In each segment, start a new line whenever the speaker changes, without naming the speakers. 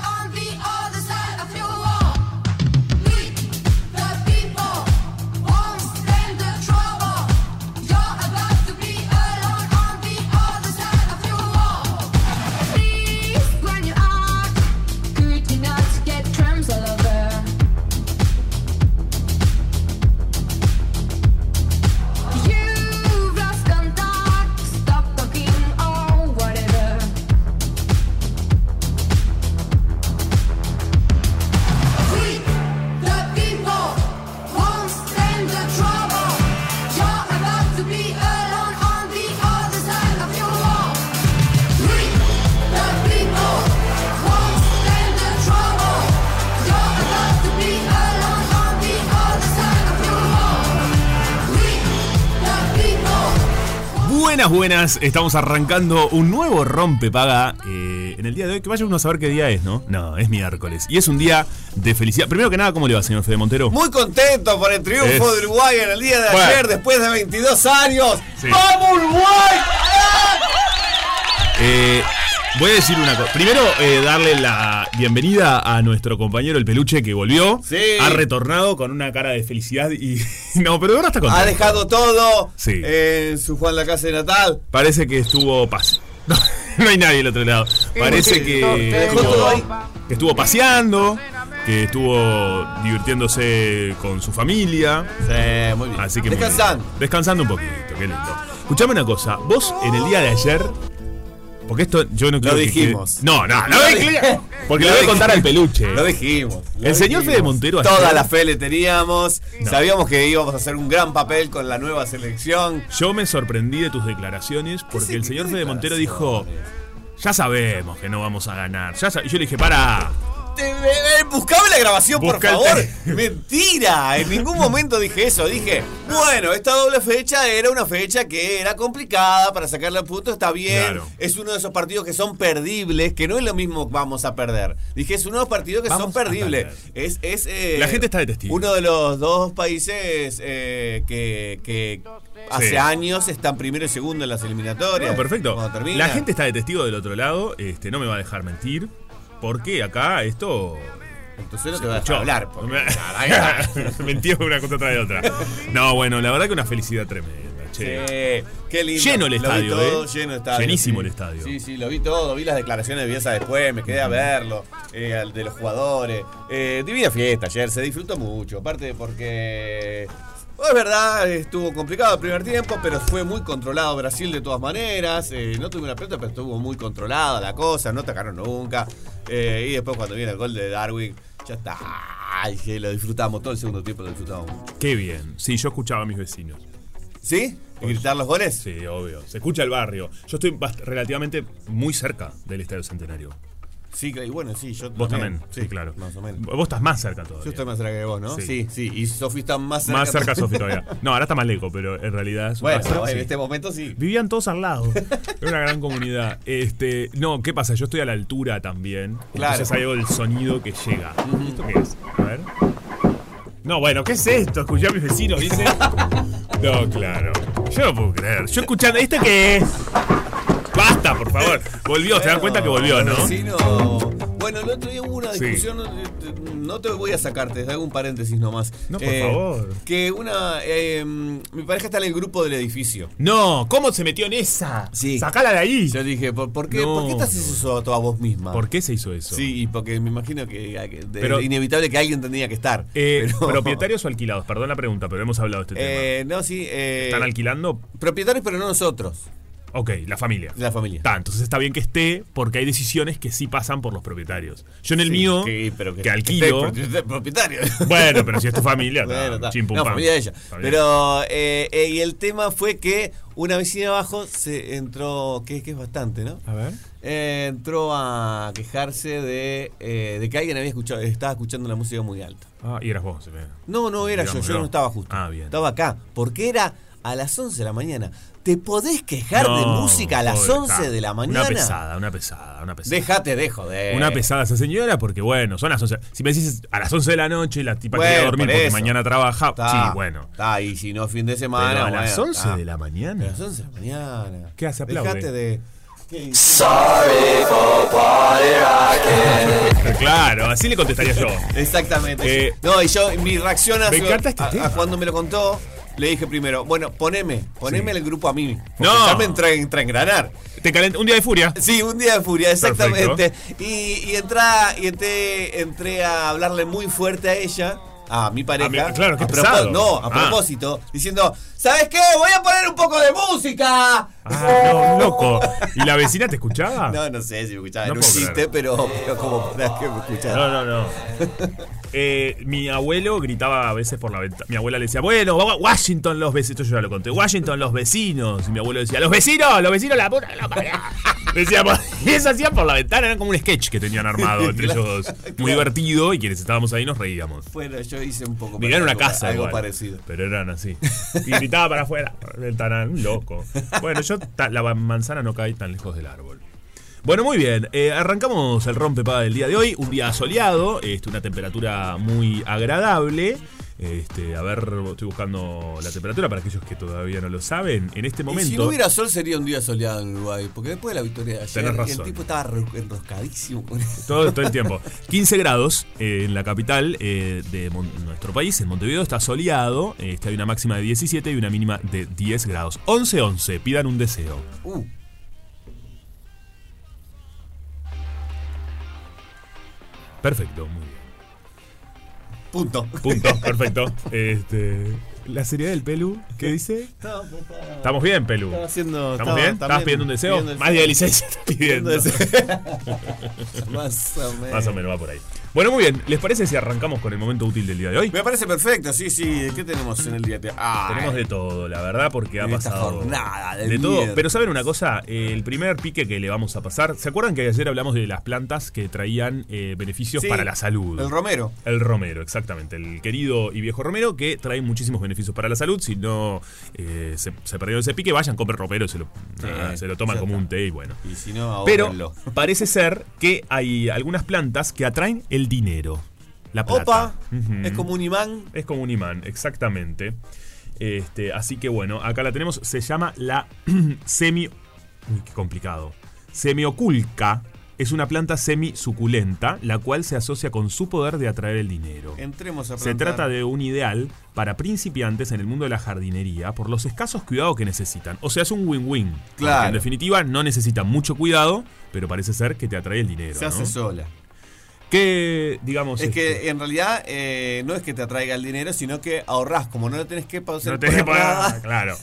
on the other side of your wall. We, the people, won't stand the trouble. You're about to be alone on the other side of your wall. Please, when you are good enough to get crumbs all over. You've lost contact. Stop talking or whatever. We, the people, won't stand the trouble. You're about to be alone on the other side of your wall. We, the people, won't stand the trouble. You're about to be alone on the other side of your wall. We, the people.
Buenas, buenas. Estamos arrancando un nuevo rompepaga eh, en el día de hoy. Que vaya uno a saber qué día es, ¿no? No, es miércoles. Y es un día de felicidad. Primero que nada, ¿cómo le va, señor Fede Montero?
Muy contento por el triunfo
Es-
de Uruguay en el día de
Bueno.
ayer, después de 22 años.
Sí.
¡Vamos, Uruguay!
Eh, voy a decir una cosa. Primero, eh, darle la bienvenida a nuestro compañero el peluche que volvió.
Sí.
Ha retornado con una cara de felicidad y. No, pero ahora está contento.
Ha dejado todo eh,
Sí.
en su Juan la Casa de Natal.
Parece que estuvo paz. No, no hay nadie al otro lado. Parece que,
Te dejó todo ahí.
que estuvo paseando, que estuvo divirtiéndose con su familia.
Sí, muy bien.
Así que muy bien.
Descansando.
Descansando un poquito, qué lindo. Escuchame una cosa, vos en el día de ayer. Porque esto yo no creo que
dijimos.
quede- No, no, no.
Lo
hay
dij-
que- Porque le
lo
voy a contar
dij-
al peluche.
Eh, Lo dijimos. lo
El señor
dijimos.
Fede Montero ayer-
Toda la fe le teníamos.
No.
Sabíamos que íbamos a hacer un gran papel con la nueva selección.
Yo me sorprendí de tus declaraciones porque el señor Fede Montero dijo. Ya sabemos que no vamos a ganar. Ya sab-". y yo le dije, para.
Te- eh, eh, Buscame la grabación,
Busca el
por favor.
te-
Mentira, en ningún momento dije eso. Dije, bueno, esta doble fecha era una fecha que era complicada para sacarle puntos, está bien.
Claro.
Es uno de esos partidos que son perdibles, que no es lo mismo vamos a perder. Dije, es uno de los partidos que
Vamos
son
a
perdibles.
perder.
Es, es, eh,
La gente está de testigo.
Uno de los dos países eh, que, que hace
Sí.
años están primero y segundo en las eliminatorias.
No, perfecto.
Cuando termina.
La gente está de testigo del otro lado, este, no me va a dejar mentir. Porque acá esto.
Entonces no te voy a
Yo.
dejar hablar. porque-
Mentí una cosa tras de otra. No, bueno, la verdad que una felicidad tremenda,
Sí,
che.
qué lindo.
Lleno el
Lo vi
estadio,
todo,
¿eh?
lleno el estadio,
Llenísimo
sí.
el estadio.
Sí, sí, lo vi todo. Vi las declaraciones de Bielsa después, me quedé a verlo, eh, al de los jugadores. Eh, divina fiesta ayer, se disfrutó mucho. Aparte porque... bueno, es verdad, estuvo complicado el primer tiempo, pero fue muy controlado Brasil de todas maneras. Eh, no tuvo una pelota, pero estuvo muy controlada la cosa, no atacaron nunca. Eh, y después cuando viene el gol de Darwin, ya está. Ay, que lo disfrutamos, todo el segundo tiempo lo disfrutamos mucho.
Qué bien. Sí, yo escuchaba a mis vecinos.
¿Sí? ¿Y gritar los goles?
Sí, obvio. Se escucha el barrio. Yo estoy bast- relativamente muy cerca del Estadio Centenario.
Sí, y bueno, sí, yo
Vos también.
Sí, claro. Más o menos.
Vos estás más cerca todavía.
Yo estoy más cerca que vos, ¿no?
Sí.
Sí, sí. Y Sofi está más cerca.
Más cerca, Sofi, todavía. No, ahora está más lejos, pero en realidad. su
Bueno,
casa,
en
sí.
este momento sí.
Vivían todos al lado. Era una gran comunidad. Este, no, ¿qué pasa? Yo estoy a la altura también.
Claro.
Entonces hay algo del sonido que llega. ¿Esto qué es? A ver. No, bueno, ¿qué es esto? Escuché a mis vecinos, dice. No, claro. Yo no puedo creer. Yo escuchando. ¿Esto qué es? Basta, por favor. Volvió, se dan cuenta que volvió, ¿no?
Vecino, bueno, Bueno, el otro día hubo una
Sí.
discusión, eh, te- no te voy a sacarte, hago un paréntesis nomás. Eh,
No, por favor.
Que una, eh, mi pareja está en el grupo del edificio.
No, ¿cómo se metió en esa?
Sí.
Sacala de ahí.
Yo dije, ¿por, por qué,
No.
¿por qué te haces eso a toda vos misma?
¿Por qué se hizo eso?
Sí, y porque me imagino que hay que- de-
Pero-
inevitable que alguien tendría que estar.
Eh,
Pero-
¿Propietarios o alquilados? Perdón la pregunta, pero hemos hablado de este
Eh, no, sí. eh,
tema. ¿Están alquilando?
Propietarios, pero no nosotros,
Ok, la familia.
la familia.
Está, entonces está bien que esté porque hay decisiones que sí pasan por los propietarios. Yo en el
Sí,
mío,
sí, pero
que,
esté
alquilo...
pro- propietario.
Bueno, pero si es tu familia, no,
Bueno, está.
chin, pum,
no,
pam.
familia de ella.
Está bien.
Pero eh, eh, y el tema fue que una vecina abajo se entró, que, que es bastante, ¿no?
A ver.
Eh, entró a quejarse de, eh, de que alguien había escuchado, estaba escuchando una música muy alta.
Ah, y eras vos. eh.
No, no era
Digamos,
yo, yo no estaba justo.
Ah, bien.
Estaba acá, porque era a las 11 de la mañana. ¿Te podés quejar de
No,
música a las
pobre,
11
está.
de la mañana? Eh.
Una pesada, una pesada, una pesada.
Déjate de joder.
Una pesada esa señora porque, bueno, son las 11. Si me decís a las 11 de la noche la tipa
Bueno,
quería dormir
por
porque
eso.
mañana trabaja,
Está,
sí, bueno.
Está, y si no, fin de semana.
Pero a
bueno,
las 11
está.
de la
A
mañana.
las 11 de la mañana.
¿Qué hace? Aplaude.
Dejate de. ¿Qué?
Claro, así le contestaría yo.
Exactamente.
Eh,
no, y yo, mi reacción a,
me
su-
encanta este
a-
tema.
a cuando me lo contó, le dije primero, bueno, poneme, poneme
Sí.
el grupo a mí. porque
No.
Ya me entra, entra a engranar.
Te calent- Un día de furia.
Sí, un día de furia, exactamente. Y, y entra, y entré, entré a hablarle muy fuerte a ella, a mi pareja.
A mi- claro, qué
a propó-
pesado.
No, a
Ah.
propósito, diciendo, ¿sabes qué? Voy a poner un poco de música.
Ah, no, loco. ¿Y la vecina te escuchaba?
No, no sé si me escuchaba,
Ah. No
no era
puedo
un
creer.
chiste, pero, pero como para que me escuchara.
No, no, no. Eh, mi abuelo gritaba a veces por la ventana. Mi abuela le decía, bueno, Wa- Washington, los vecinos. Esto yo ya lo conté. Washington, los vecinos. Y mi abuelo decía, los vecinos, los vecinos, la puta, que lo parió". Decía, por- y eso hacían por la ventana. Era como un sketch que tenían armado entre ellos dos. Muy divertido y quienes estábamos ahí nos reíamos.
Bueno, yo hice un poco
Vivían en una
algo-
casa.
Algo
igual,
parecido.
Pero eran así. Y gritaba para afuera. por la Ventana, un loco. Bueno, yo ta- la manzana no cae tan lejos del árbol. Bueno, muy bien. eh, arrancamos el rompepada del día de hoy. Un día soleado, este, una temperatura muy agradable. Este, a ver, estoy buscando la temperatura para aquellos que todavía no lo saben. En este
Y
momento.
si no hubiera sol sería un día soleado en Uruguay, porque después de la victoria de ayer
Tenés
el
razón.
tipo estaba re- enroscadísimo con eso.
Todo, todo el tiempo. 15 grados eh, en la capital eh, de Mon- nuestro país, en Montevideo, está soleado. Este, hay una máxima de 17 y una mínima de 10 grados. 11-11, pidan un deseo.
Uh.
Perfecto, muy bien.
Punto.
Punto, perfecto. Este, la seriedad del Pelu, ¿qué dice? Estamos bien, Pelu.
Estaba
¿Estamos
haciendo- estaba
bien?
también
¿Estás pidiendo un deseo?
pidiendo el
Más día de licencia estás pidiendo.
Más o menos.
Más o menos va por ahí. Bueno, muy bien. ¿Les parece si arrancamos con el momento útil del día de hoy?
Me parece perfecto, sí, sí. ¿Qué tenemos en el día de ah,
Tenemos de todo, la verdad, porque ha
En esta
pasado.
jornada de
de todo.
mierda.
Pero saben una cosa, Eh, el primer pique que le vamos a pasar. ¿Se acuerdan que ayer hablamos de las plantas que traían eh, beneficios
Sí,
para la salud?
El romero.
El romero, exactamente. El querido y viejo romero que trae muchísimos beneficios para la salud. Si no eh, se, se perdieron ese pique, vayan, compren romero, y se lo, nada, se lo toman
ya
como
está.
un té y bueno.
Y si no,
Pero
ahórrenlo.
parece ser que hay algunas plantas que atraen el dinero. La plata.
Opa,
Ujú.
es como un imán.
Es como un imán, exactamente. Este, así que bueno, acá la tenemos. Se llama la semi. Uy, qué complicado. Semioculca. Es una planta semi-suculenta, la cual se asocia con su poder de atraer el dinero.
Entremos a
Se
plantar.
trata de un ideal para principiantes en el mundo de la jardinería por los escasos cuidados que necesitan. O sea, es un win-win. porque
Claro.
En definitiva, no necesitan mucho cuidado, pero parece ser que te atrae el dinero.
Se hace
¿no?
sola.
Que, digamos.
Es
este,
que en realidad eh, no es que te atraiga el dinero, sino que ahorrás. Como no lo tenés que pausar
No tenés que pagar, claro.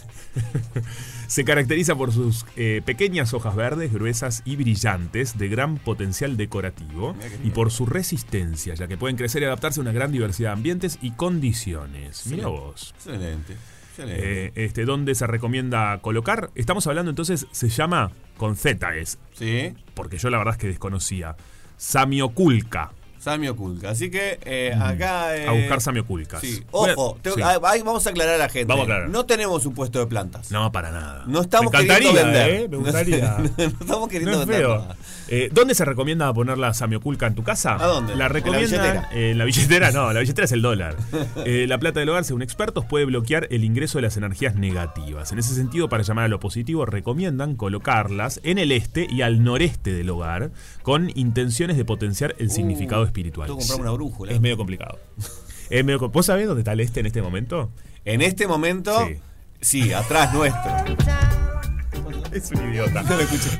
Se caracteriza por sus eh, pequeñas hojas verdes, gruesas y brillantes, de gran potencial decorativo,
Mirá qué
y por su resistencia, ya que pueden crecer y adaptarse a una gran diversidad de ambientes y condiciones. Mira
Excelente.
vos.
Excelente. excelente.
Eh, este, ¿Dónde se recomienda colocar? Estamos hablando entonces, se llama, con Z es,
sí.
porque yo la verdad es que desconocía, Samioculca.
Sammy Oculca. Así que eh, acá. eh,
mm, A buscar samioculcas.
Sí. Ojo, tengo-
Sí.
ah, ahí vamos a aclarar a la gente.
Vamos a aclarar.
No tenemos un puesto de plantas.
No, para nada.
No estamos
me encantaría,
queriendo vender.
¿eh? Me gustaría.
No, estamos queriendo
No es
vender.
feo.
nada.
Eh, ¿Dónde se recomienda poner la samioculca en tu casa?
¿A dónde?
La
¿En la
recomiendan.
billetera?
eh, En la billetera, no, la billetera es el dólar. Eh, la plata del hogar, según expertos, puede bloquear el ingreso de las energías negativas. En ese sentido, para llamar a lo positivo, recomiendan colocarlas en el este y al noreste del hogar, con intenciones de potenciar el significado espiritual.
Uh, tengo que comprar una brújula.
Es medio complicado. Es medio co- ¿Vos sabés dónde está el este en este momento?
En este momento,
Sí.
sí, atrás nuestro.
Es un idiota.
No lo escuché.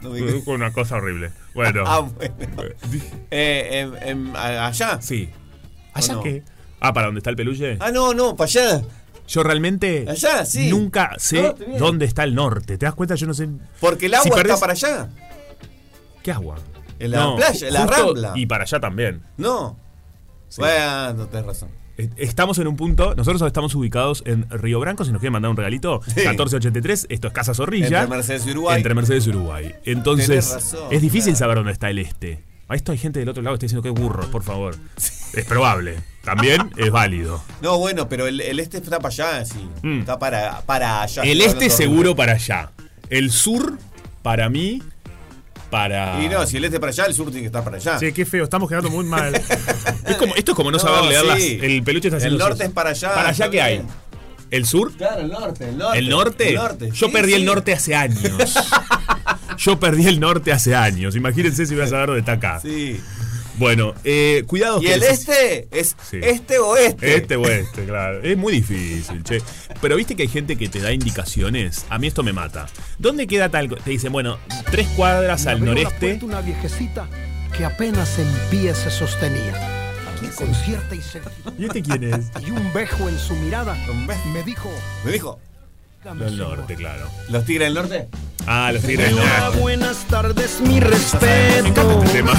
No me digas.
Una cosa horrible. Bueno.
Ah, bueno. Eh, em, em, a- allá.
Sí.
¿O
¿Allá
no?
qué? Ah, ¿para dónde está el peluche?
Ah, no, no, para allá.
Yo realmente
Allá, sí.
nunca
No,
sé
está bien.
dónde está el norte. ¿Te das cuenta? Yo no sé.
Porque el
Si
agua
perdés-
está para allá.
¿Qué agua?
En la playa, en la
justo-
rambla.
Y para allá también.
No. Bueno, tenés razón.
Eh, Estamos en un punto, nosotros estamos ubicados en Río Branco, si nos quieren mandar un regalito,
Sí.
1483, esto es Casa Zorrilla.
Entre Mercedes y Uruguay.
Entre Mercedes y Uruguay. Entonces,
Tenés razón,
es difícil
claro.
saber dónde está el este. A esto hay gente del otro lado que está diciendo que es burro, por favor. Es probable. También es válido.
No, bueno, pero el, el este está para allá, sí.
Mm.
Está para, para allá.
El
Estoy
este
hablando
seguro para allá. El sur, para mí, para.
horrible. Y no, si el este para allá, el sur tiene que estar para allá.
Che, qué feo, estamos quedando muy mal. Es como- esto es como no,
No,
saber leer las.
sí.
El peluche está
El
haciendo.
norte
sus-
es para allá,
¿Para allá
está
qué hay?
bien.
¿El sur?
Claro, el norte, el norte.
¿El norte?
El norte.
Yo
Sí,
perdí
sí.
el norte hace años. Yo perdí el norte hace años. Imagínense si voy a saber dónde está acá.
Sí.
Bueno, eh, cuidado
Y el este es
Sí.
este oeste.
Este o este, claro. Es muy difícil, che. Pero viste que hay gente que te da indicaciones. A mí esto me mata. ¿Dónde queda tal co- Te dicen, bueno, tres cuadras al
Abrió la
noreste.
puerta una viejecita que apenas en pie se sostenía. Con cierta y
¿Y este quién es?
y un bejo en su mirada
Un bejo.
me dijo,
Me dijo,
"Dame,
Del
señor".
norte, claro.
¿los tigres del norte?
Ah, los tigres del
Hola,
norte.
buenas tardes, mi
Me encanta
respeto.
este tema.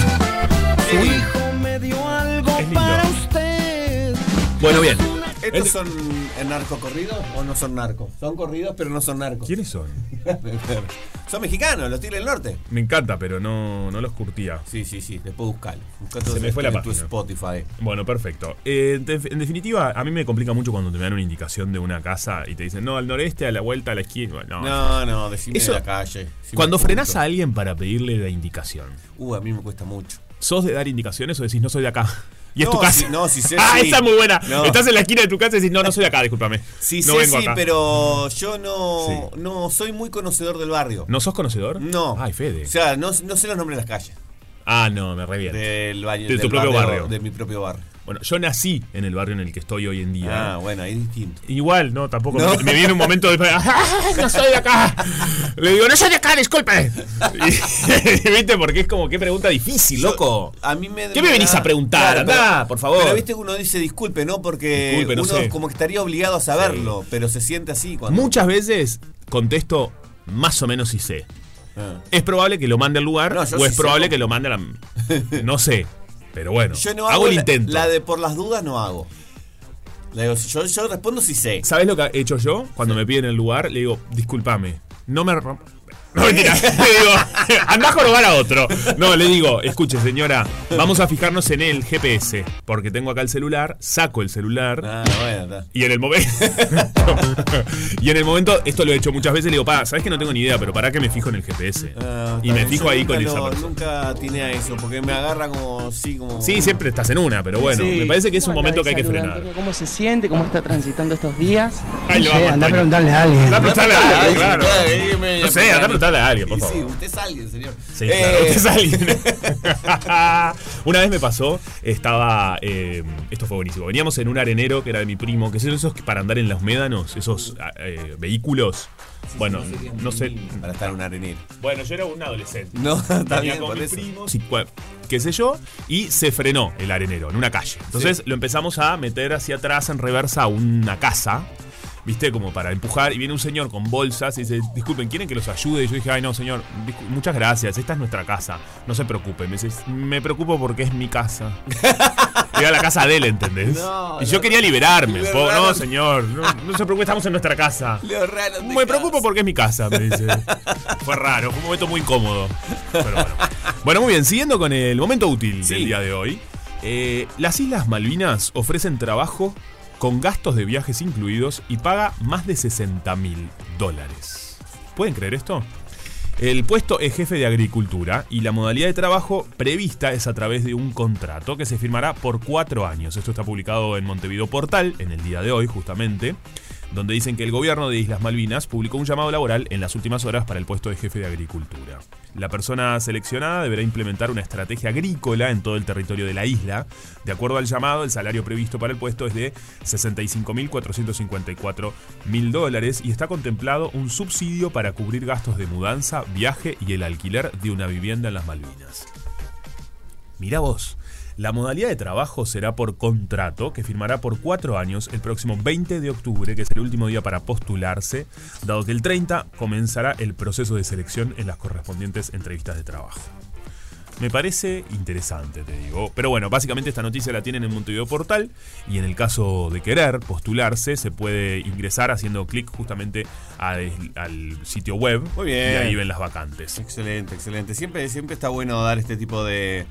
Su hijo me dio algo
Es lindo.
para usted.
Bueno, bien.
¿Estos son eh, narcocorridos o no son narcos? Son corridos, pero no son narcos.
¿Quiénes son?
son mexicanos, los tigres del norte.
Me encanta, pero no, no los curtía.
Sí, sí, sí, después buscalo. Buscate
Se me fue la
en tu
página.
Spotify.
Bueno, perfecto. Eh, en def- en definitiva, a mí me complica mucho cuando te dan una indicación de una casa y te dicen, no, al noreste, a la vuelta, a la esquina. No.
No, no, decime
Eso-
de la calle. Si
Cuando
me junto.
frenas a alguien para pedirle la indicación,
Uh, a mí me cuesta mucho.
¿sos de dar indicaciones o decís, no soy de acá? Y es
No,
tu casa.
si- no, si sé,
ah,
sí.
esa es muy buena.
No.
Estás en la esquina de tu casa y decís, no, no soy de acá, discúlpame.
Sí,
no
sí,
vengo
sí,
acá. Mm.
pero yo no,
Sí.
no soy muy conocedor del barrio.
¿No sos conocedor?
No.
Ay, Fede.
O sea, no, no sé los nombres de las calles.
ah, no, me reviento.
Del barrio.
De tu propio barrio.
De mi propio barrio.
Bueno, yo nací en el barrio en el que estoy hoy en día.
Ah, bueno, ahí es distinto.
Igual, no, tampoco.
No.
Me, me viene un momento de. "Ah, ¡No soy de acá! Le digo, ¡No soy de acá, disculpe! Y- ¿Viste? Porque es como, qué pregunta difícil, loco.
Yo- a mí me,
¿Qué me venís a preguntar? Andá,
pero-
por favor.
Pero viste que uno dice disculpe, ¿no? Porque
Disculpe, no
uno
sé.
como que estaría obligado a saberlo, pero se siente así cuando.
Muchas veces contesto más o menos si sé.
Ah.
Es probable que lo mande al lugar
No,
o
yo
es
sí sé
probable
cómo.
que lo mande a la. No sé. Pero bueno,
Yo no
hago,
hago,
el
la-
intento.
La, de por las dudas no hago. La digo, si yo, yo respondo si sé.
¿Sabes lo que he hecho yo? Cuando me piden el lugar, le digo, discúlpame, no me rom- No, mentira. Le digo, andá a jorobar a otro. No, le digo, escuche, señora, vamos a fijarnos en el GPS. Porque tengo acá el celular, saco el celular.
Ah, bueno, está.
Y en el momento. y en el momento, esto lo he hecho muchas veces, le digo, pa, sabes que no tengo ni idea, pero para que me fijo en el GPS.
Ah,
y
está
me
bien.
fijo
Yo
ahí con
nunca
esa
lo-
persona.
Nunca tiene a eso, porque me agarra como sí, como.
Sí, siempre estás en una, pero bueno,
Sí.
me parece que es un
¿Cómo
momento que
andá
hay que frenar.
saludándolo? ¿Cómo se siente? ¿Cómo está transitando estos días?
Ahí le
"Eh, andá
vamos,
a
Antonio.
preguntarle a alguien.
Andá a preguntarle a
Ah,
alguien,
ahí,
claro.
ahí me-
No sé, andá a preguntarle a alguien, por
Y Sí,
favor.
usted es alguien, señor.
Sí,
Eh,
claro, usted es alguien. una vez me pasó, estaba. eh, esto fue buenísimo. Veníamos en un arenero que era de mi primo, que son esos que para andar en los médanos, esos ah, eh, vehículos. Bueno, no sé.
Para estar en un arenero.
Bueno, yo era un adolescente.
No, está
Venía
bien,
con
por
mis
eso.
primos y cua- qué sé yo, y se frenó el arenero en una calle. Entonces
Sí.
lo empezamos a meter hacia atrás en reversa a una casa. ¿Viste? Como para empujar. Y viene un señor con bolsas y dice, disculpen, ¿quieren que los ayude? Y yo dije, ay no, señor, discu- muchas gracias. Esta es nuestra casa. No se preocupen. Me dice, me preocupo porque es mi casa. Era la casa de él, ¿entendés?
No,
y
no,
yo quería liberarme.
no,
po-
no,
no, señor, no, no se preocupe, estamos en nuestra casa.
Leo Rano, te
Me preocupo
casas.
porque es mi casa, me dice. Fue raro, fue un momento muy incómodo. Pero bueno. Bueno, muy bien, siguiendo con el momento útil
Sí.
del día de hoy. Eh, las Islas Malvinas ofrecen trabajo con gastos de viajes incluidos y paga más de 60 mil dólares. ¿Pueden creer esto? El puesto es jefe de agricultura y la modalidad de trabajo prevista es a través de un contrato que se firmará por cuatro años. Esto está publicado en Montevideo Portal en el día de hoy justamente, donde dicen que el gobierno de Islas Malvinas publicó un llamado laboral en las últimas horas para el puesto de jefe de agricultura. La persona seleccionada deberá implementar una estrategia agrícola en todo el territorio de la isla. De acuerdo al llamado, el salario previsto para el puesto es de 65.454 mil dólares y está contemplado un subsidio para cubrir gastos de mudanza, viaje y el alquiler de una vivienda en las Malvinas. Mirá vos, la modalidad de trabajo será por contrato, que firmará por cuatro años el próximo 20 de octubre, que es el último día para postularse, dado que el 30 comenzará el proceso de selección en las correspondientes entrevistas de trabajo. Me parece interesante, te digo. Pero bueno, básicamente esta noticia la tienen en Montevideo Portal y en el caso de querer postularse se puede ingresar haciendo clic justamente al, al sitio web
Muy bien.
y ahí ven las vacantes.
Excelente, excelente. Siempre, siempre está bueno dar este tipo de,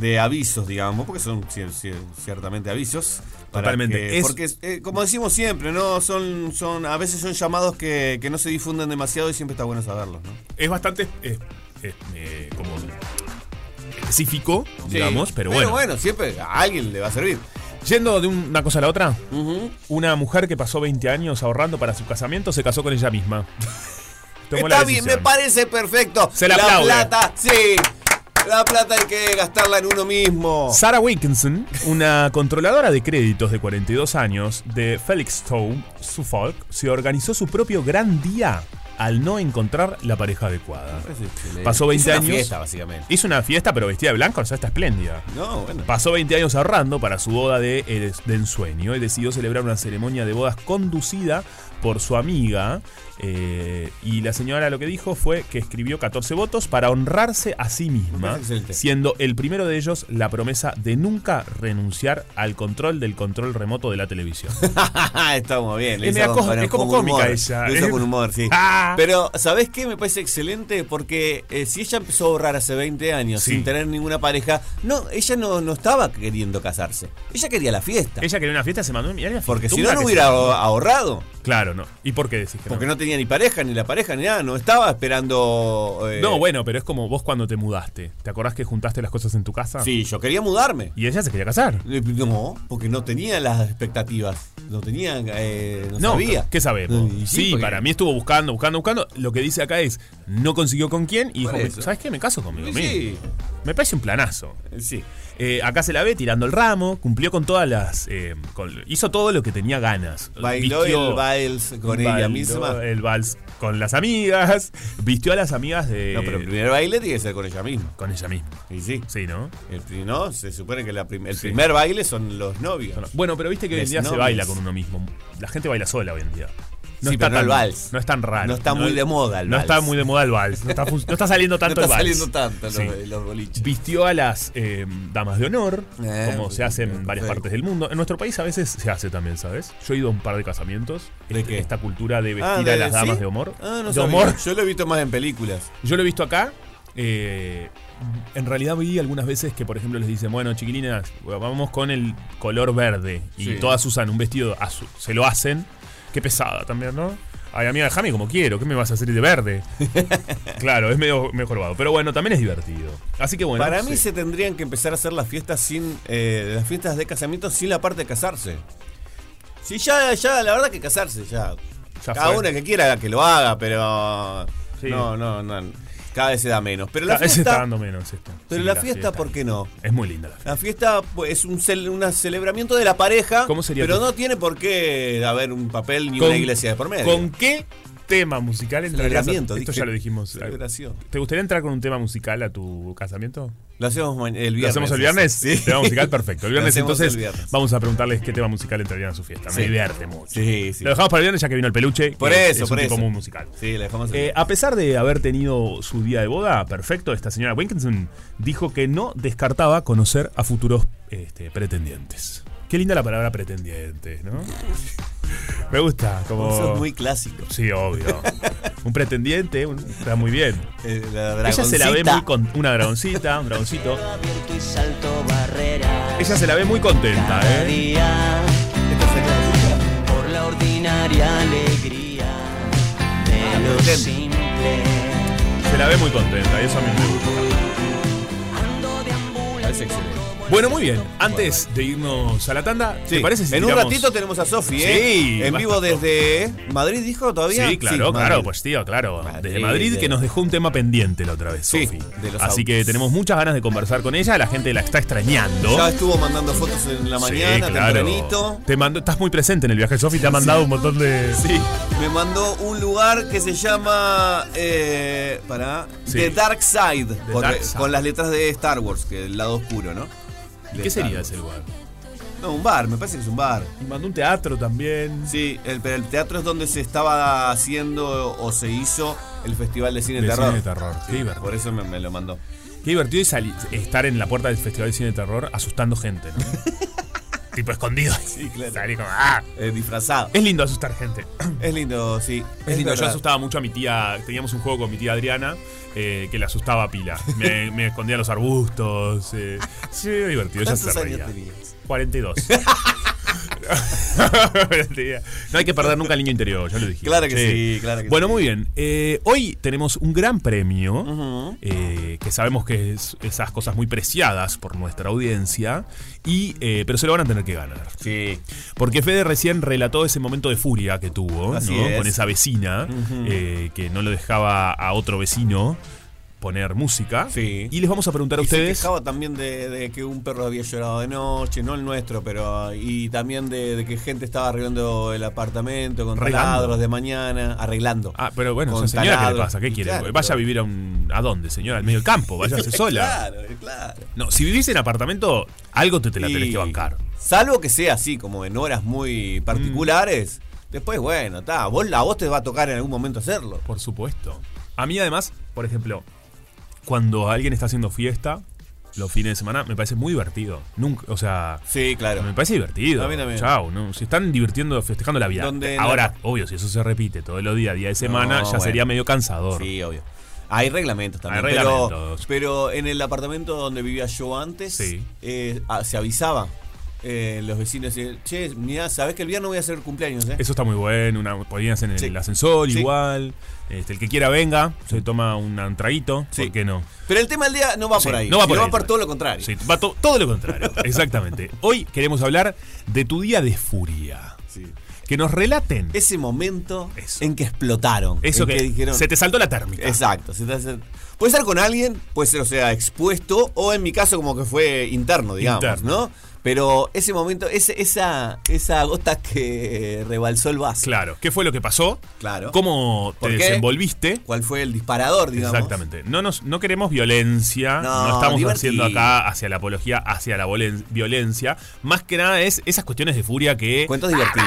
de avisos, digamos, porque son cier- cier- ciertamente avisos. para
Totalmente.
que-
Es-
Porque, eh, como decimos siempre, ¿no? Son, son, a veces son llamados que, que no se difunden demasiado y siempre está bueno saberlos, ¿no?
es bastante eh, eh, eh, como específico, digamos,
Sí.
pero bueno.
siempre a alguien le va a servir.
Yendo de un- una cosa a la otra,
Ujú.
una mujer que pasó 20 años ahorrando para su casamiento se casó con ella misma. Tomó la
Está bien, me
decisión.
parece perfecto.
Se la aplaude.
plata, sí. La plata hay que gastarla en uno mismo.
Sarah Wilkinson, una controladora de créditos de 42 años de Felixstowe, Suffolk, se organizó su propio gran día al no encontrar la pareja adecuada. Pasó 20
Es una
años.
fiesta, básicamente.
Hizo una fiesta, pero vestida de blanco, o sea, está espléndida.
No, bueno.
Pasó 20 años ahorrando para su boda de, eh, de ensueño y decidió celebrar una ceremonia de bodas conducida por su amiga. eh, y la señora lo que dijo fue que escribió 14 votos para honrarse a sí misma,
parece excelente.
siendo el primero de ellos la promesa de nunca renunciar al control del control remoto de la televisión.
Está muy bien. lo
Es
hizo
media
con-
cos-
con-
es como
con humor.
cómica ella,
Lo hizo
¿eh?
con humor, sí.
Ah.
Pero, ¿sabés qué? Me parece excelente porque eh, si ella empezó a ahorrar hace 20 años
Sí.
sin tener ninguna pareja, no, ella no, no estaba queriendo casarse. Ella quería la fiesta.
Ella quería una fiesta, se mandó mirá la
porque si
fiestunga
no, no
que
hubiera
se-
ahor- ahorrado.
Claro, no. ¿Y por qué decís que
Porque
no?
no tenía ni pareja, ni la pareja, ni nada. No estaba esperando. eh,
No, bueno, pero es como vos cuando te mudaste. ¿Te acordás que juntaste las cosas en tu casa?
Sí, yo quería mudarme.
Y ella se quería casar.
Eh, No, porque no tenía las expectativas. No tenía. eh, no, sabía.
¿Qué sabemos?
Y
Sí,
porque-
para mí estuvo buscando, buscando, buscando. Lo que dice acá es, no consiguió con quién y dijo,
Por eso.
¿sabes qué? Me caso conmigo
Sí,
mismo.
sí.
Me parece un planazo.
Sí.
Eh, acá se la ve tirando el ramo, cumplió con todas las... eh, con- hizo todo lo que tenía ganas.
Bailó
Vistió-
el vals con ella
bailó
misma.
El vals con las amigas, vistió a las amigas de...
No, pero el primer baile tiene que ser con ella misma.
Con ella misma.
Y sí.
Sí, ¿no?
El, pri- no, se supone que la prim- el
Sí.
primer baile son los novios.
Bueno, pero viste que hoy en
Les
día se
novias.
baila con uno mismo. La gente baila sola hoy en día.
Sí, pero no
tan,
el vals.
no es tan raro.
No está muy de moda el
No está
vals.
muy de moda el vals. No está, fun- no está saliendo
no
tanto el
está
vals.
saliendo tanto los,
Sí.
los boliches.
Vistió a las eh, damas de honor,
Eh,
como se hace en
perfecto.
varias partes del mundo. En nuestro país a veces se hace también, ¿sabes? Yo he ido a un par de casamientos.
¿De
Este-
qué?
Esta cultura de vestir
Ah,
a
de-
las damas
¿sí?
de honor.
Ah, no
de
sabía.
honor.
Yo lo he visto más en películas.
Yo lo he visto acá. eh, en realidad vi algunas veces que, por ejemplo, les dicen, bueno, chiquilinas, vamos con el color verde. Y
Sí.
todas usan un vestido azul. Se lo hacen. Qué pesada también, ¿no? Ay, amiga, déjame como quiero. ¿Qué me vas a hacer de verde? claro, es medio mejorbado. Pero bueno, también es divertido. Así que bueno.
Para mí
sí.
se tendrían que empezar a hacer las fiestas sin eh, las fiestas de casamiento sin la parte de casarse. Sí, ya, ya, la verdad que casarse, ya.
Ya
Cada
fue.
una que quiera que lo haga, pero.
Sí.
No, no, no. Cada vez se da menos. Pero la
Cada vez se
fiesta.
está dando menos esto.
Pero
Sí,
la, fiesta, ¿por qué no?
Es muy linda la fiesta.
La fiesta pues, es un, cel- una celebramiento de la pareja,
¿Cómo sería
pero
tu-
no tiene por qué haber un papel ni
Con-
una iglesia de por medio.
¿Con qué tema musical entrarías? a-
Celebramiento,
Esto
dije.
ya lo dijimos. eh,
Celebración.
¿Te gustaría entrar con un tema musical a tu casamiento?
Lo hacemos ma- el viernes.
¿Lo hacemos el viernes?
Sí.
Tema musical, perfecto. El
Lo
viernes,
hacemos
entonces,
el viernes.
vamos a preguntarles qué tema musical entrarían a su fiesta. Me
Sí.
divierte mucho.
Sí, sí.
Lo dejamos para el viernes ya que vino el peluche. que
Por
es-
eso,
es
por
un
eso.
tipo muy musical.
Sí, la dejamos el
Eh, a pesar de haber tenido su día de boda perfecto, esta señora Wilkinson dijo que no descartaba conocer a futuros este, pretendientes. Qué linda la palabra pretendientes, ¿no? Me gusta, como...
Eso es muy clásico.
Sí, obvio. un pretendiente, un- está muy bien.
Eh, la
Ella se la ve
dragoncita.
muy con una dragoncita, un dragoncito.
abierto y salto barreras.
Ella se la ve muy contenta,
Cada
¿eh?
día por la ordinaria alegría de lo
contenta.
simple.
Se la ve muy contenta y eso a mí me gusta.
Parece excelente.
Bueno, muy bien. Antes de irnos a la tanda,
Sí.
¿te parece si
en un
tiramos-
ratito tenemos a Sofi, ¿eh?
Sí,
en
va-
vivo desde Madrid, dijo todavía.
Sí, claro, claro,
Madrid.
pues tío, claro. Desde
Madrid,
Madrid
de-
que nos dejó un tema pendiente la otra vez,
Sí,
Sofi.
de los
Así
autos.
que tenemos muchas ganas de conversar con ella, la gente la está extrañando.
Ya estuvo mandando fotos en la mañana,
sí, claro.
tempranito.
Te mandó, estás muy presente en el viaje, Sofi, te ha mandado un montón de
Sí, me mandó un lugar que se llama. Eh, para.
Sí.
The Dark Side. con,
Dark Side.
con las letras de Star Wars, que el lado oscuro, ¿no?
¿Y
De
qué
Star
sería
Wars.
ese lugar?
No, un bar, me parece que es un bar.
Y mandó un teatro también.
Sí, el, pero el teatro es donde se estaba haciendo o se hizo el Festival de Cine
De
Terror.
cine de terror, qué divertido.
Por eso me, me lo mandó.
Qué divertido es sali- estar en la puerta del Festival de Cine de Terror asustando gente, ¿no? tipo escondido. Sí,
claro.
como, ¡ah!
Eh, disfrazado.
Es lindo asustar gente.
Es lindo, sí.
Es, lindo. Yo
verdad.
asustaba mucho a mi tía. Teníamos un juego con mi tía Adriana eh, que la asustaba a pila. Me, me escondía en los arbustos. eh. Sí, era divertido. Ella se
¿Cuántos años
reía.
tenías?
42. Mentira. no hay que perder nunca el niño interior, ya lo dije.
Claro que sí, claro que
Bueno,
sí.
muy bien. Eh, hoy tenemos un gran premio eh, que sabemos que es esas cosas muy preciadas por nuestra audiencia, y, eh, pero se lo van a tener que ganar.
Sí.
Porque Fede recién relató ese momento de furia que tuvo
Así
¿no?
es.
con esa vecina eh, que no le dejaba a otro vecino poner música.
Sí.
Y les vamos a preguntar a
Y se
ustedes.
quejaba también de, de que un perro había llorado de noche, no el nuestro, pero. Y también de, de que gente estaba arreglando el apartamento con
Arreglando.
taladros de mañana, arreglando.
Ah, pero bueno,
Con
esa señora, ¿qué le
taladro.
pasa? ¿Qué
Y
quiere?
claro,
Vaya a
pero-
vivir a un. ¿A dónde, señora? Al medio del campo, váyase sola.
Claro, claro.
No, si vivís en apartamento, algo te, te la tenés
Y
que bancar.
Salvo que sea así, como en horas muy particulares. Después, bueno, está. Vos, la voz te va a tocar en algún momento hacerlo.
Por supuesto. A mí, además, por ejemplo, cuando alguien está haciendo fiesta, los fines de semana, me parece muy divertido. Nunca, o sea.
Sí, claro.
Me parece divertido.
A mí también.
Chau, ¿no? Se están divirtiendo, festejando la vida.
Donde
Ahora,
la-
obvio, si eso se repite todos los días, día de semana,
No,
ya
bueno.
sería medio cansador.
Sí, obvio. Hay reglamentos también.
Hay
pero-
reglamentos.
Pero, en el apartamento donde vivía yo antes,
Sí.
eh, ah, se avisaba. eh, los vecinos decían, che, mirá, sabés que el viernes voy a hacer cumpleaños, ¿eh?
Eso está muy bueno, una, podían hacer en
Sí.
el ascensor
Sí.
igual. Este, el que quiera venga, se toma un, un traguito,
Sí.
¿por qué no?
Pero el tema del día no va
Sí,
por ahí.
no va
sino
por ahí.
todo lo contrario.
Sí, va to- todo lo contrario, exactamente. Hoy queremos hablar de tu día de furia.
Sí.
Que nos relaten
Ese momento
Eso.
en que explotaron.
eso
en
que,
dijeron.
se te saltó la térmica.
Exacto. se te hace- Puede ser con alguien, puede ser, o sea, expuesto, o en mi caso, como que fue interno, digamos,
Interno.
¿no? Pero ese momento, ese, esa, esa gota que rebalsó el vaso.
Claro, ¿qué fue lo que pasó?
Claro.
¿Cómo
¿Por
te
qué?
desenvolviste?
¿Cuál fue el disparador, digamos?
Exactamente. No, nos, no queremos violencia, no,
No,
estamos
divertido.
haciendo acá hacia la apología, hacia la volen- violencia. Más que nada es esas cuestiones de furia que...
Cuentos divertidos,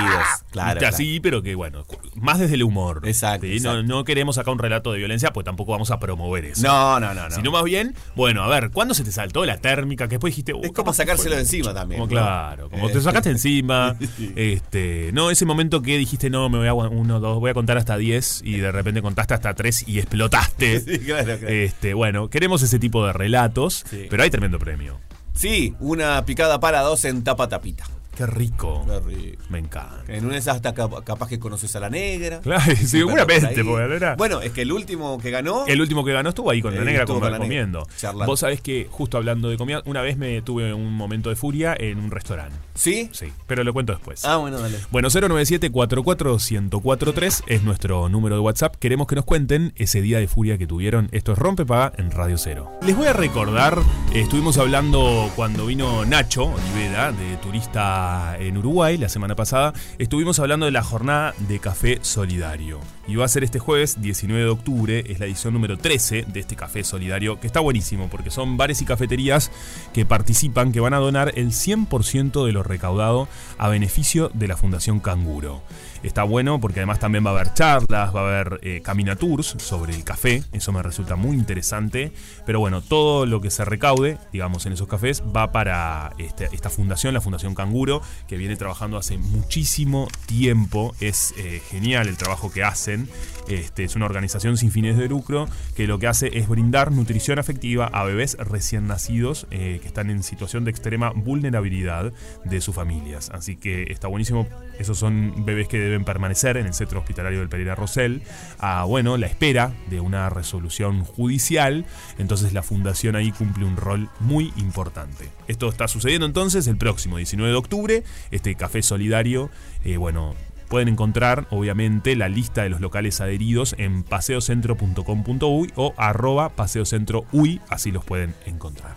claro.
Viste así, pero que bueno, cu- más desde el humor.
Exacto,
¿sí? No,
exacto.
no queremos acá un relato de violencia, pues tampoco vamos a promover eso.
claro. No, no, no, no.
Sino más bien, bueno, a ver, ¿cuándo se te saltó la térmica? Que después dijiste. "Uh,
es como
capaz que
sacárselo
fue
de
mucho".
encima también.
Como
¿no?
claro, como
Eh,
te sacaste encima.
Sí.
este No, ese momento que dijiste, no, me voy a agu- uno, dos, voy a contar hasta 10 y de repente contaste hasta 3 y explotaste.
Sí, claro, claro.
Este, bueno, queremos ese tipo de relatos,
Sí.
pero hay tremendo premio.
Sí, una picada para dos en tapa tapita.
Qué rico.
Qué rico.
Me encanta.
En una de esas hasta cap- capaz que conoces a la negra.
Claro, sí, seguramente,
Bueno, por ahí.
porque era-
Bueno, es que el último que ganó.
El último que ganó estuvo ahí con la
Eh,
negra
estuvo
com-
con la negra,
comiendo.
charlando.
Vos sabés que, justo hablando de comida, una vez me tuve un momento de furia en un restaurante.
¿Sí?
Sí, pero lo cuento después.
Ah, bueno, dale.
Bueno, 097-44143 es nuestro número de WhatsApp. Queremos que nos cuenten ese día de furia que tuvieron. Esto es Rompe Paga en Radio Cero. Les voy a recordar, eh, estuvimos hablando cuando vino Nacho Olivera, de turista en Uruguay la semana pasada, estuvimos hablando de la jornada de café solidario. Y va a ser este jueves 19 de octubre, es la edición número 13 de este café solidario, que está buenísimo porque son bares y cafeterías que participan, que van a donar el 100% de lo recaudado a beneficio de la Fundación Canguro. Está bueno porque además también va a haber charlas, va a haber eh, caminatours sobre el café, eso me resulta muy interesante, pero bueno, todo lo que se recaude, digamos, en esos cafés va para este- esta fundación, la Fundación Canguro, que viene trabajando hace muchísimo tiempo, es eh, genial el trabajo que hacen, Ven. Este, es una organización sin fines de lucro que lo que hace es brindar nutrición afectiva a bebés recién nacidos eh, que están en situación de extrema vulnerabilidad de sus familias. Así que está buenísimo. Esos son bebés que deben permanecer en el centro hospitalario del Pereira Rosell a, bueno, la espera de una resolución judicial. Entonces la fundación ahí cumple un rol muy importante. Esto está sucediendo entonces el próximo 19 de octubre. Este café solidario, eh, bueno, Pueden encontrar, obviamente, la lista de los locales adheridos en paseocentro.com.uy o arroba paseocentrouy, así los pueden encontrar.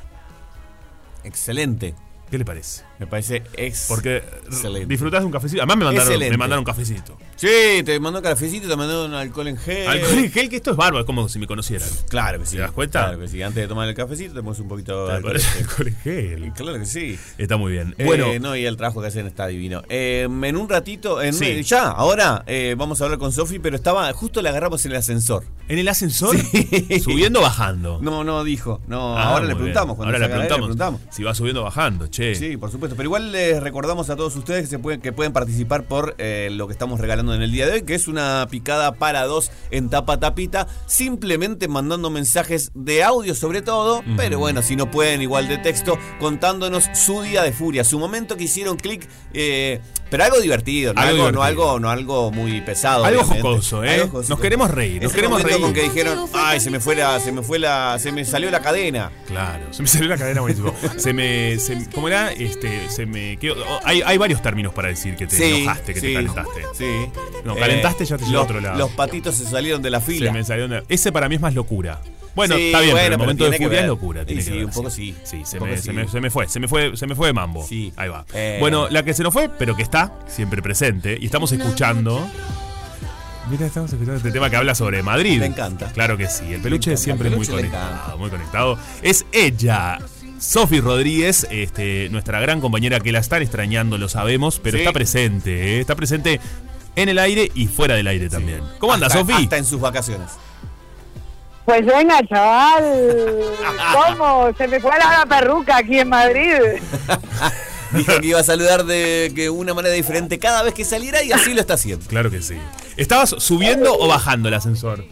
Excelente.
¿Qué le parece?
Me parece ex.
Porque r-
Excelente.
disfrutás de un cafecito. Además me mandaron,
Excelente.
me mandaron un cafecito.
Sí, te mandó cafecito, te mandó un alcohol en gel.
Alcohol en gel, que esto es bárbaro, es como si me conocieran.
Claro que sí.
¿Te das cuenta?
Claro que sí. Antes de tomar el cafecito, te pones un poquito de alcohol.
Alcohol en gel.
Claro que sí.
Está muy bien. Eh,
Bueno,
Bueno,
Eh, no, y el trabajo que hacen está divino. Eh, en un ratito, en,
Sí.
ya, ahora eh, vamos a hablar con Sofi, pero estaba, justo la agarramos en el ascensor.
en el ascensor, subiendo o bajando.
No, no dijo. No,
Ah,
ahora
muy
le
bien.
preguntamos. cuando
Ahora le
salga al aire,
preguntamos, Si va subiendo o bajando, che.
Sí, por supuesto. Pero igual les recordamos a todos ustedes que, se pueden, que pueden participar por eh, lo que estamos regalando en el día de hoy, que es una picada para dos en tapa tapita, simplemente mandando mensajes de audio sobre todo, pero bueno, si no pueden igual de texto, contándonos su día de furia, su momento que hicieron clic, eh, pero algo divertido, no algo,
Algo
No,
divertido.
algo, no algo muy pesado.
Algo
obviamente.
jocoso, ¿eh?
Algo
Nos queremos reír, nos
Ese
queremos
momento con
reír.
que dijeron, ay, se me fue la, se me fue la, se me salió la cadena.
Claro, se me salió la cadena buenísimo. Se me. se- ¿Cómo era? Este, se me. ¿qué- oh, hay, hay varios términos para decir que te enojaste, que te
sí,
calentaste.
Sí. Eh,
No, calentaste, ya te llevó a
los-
otro lado.
Los patitos se salieron de la
Se
fila.
me salió una- Ese para mí es más locura. Bueno,
Sí,
está bien, pero
bueno,
el
pero
momento
tiene
de
que
furia es
ver.
locura.
Y
Tiene que
sí,
ver,
un poco sí.
Sí, se,
Un
me, se
poco sí.
me- se me fue, se me fue, se me fue de mambo.
Sí.
Ahí va.
Eh.
Bueno, la que se nos fue, pero que está siempre presente. Y estamos escuchando. Mira, estamos escuchando este tema que habla sobre Madrid.
Me encanta.
Claro que sí. El peluche
encanta,
es siempre
el
muy
peluche le
conectado,
encanta.
muy conectado. Es ella. Sofi Rodríguez, este, nuestra gran compañera que la están extrañando, lo sabemos, pero
Sí.
está presente, ¿eh? está presente en el aire y fuera del aire también. ¿Cómo anda,
Hasta-
Sofi?
Hasta en sus vacaciones.
Pues venga, chaval. ¿Cómo? Se me fue la perruca aquí en Madrid.
Dijo que iba a saludar de que una manera diferente cada vez que saliera y así lo está haciendo.
Claro que sí. ¿Estabas subiendo o bajando el ascensor?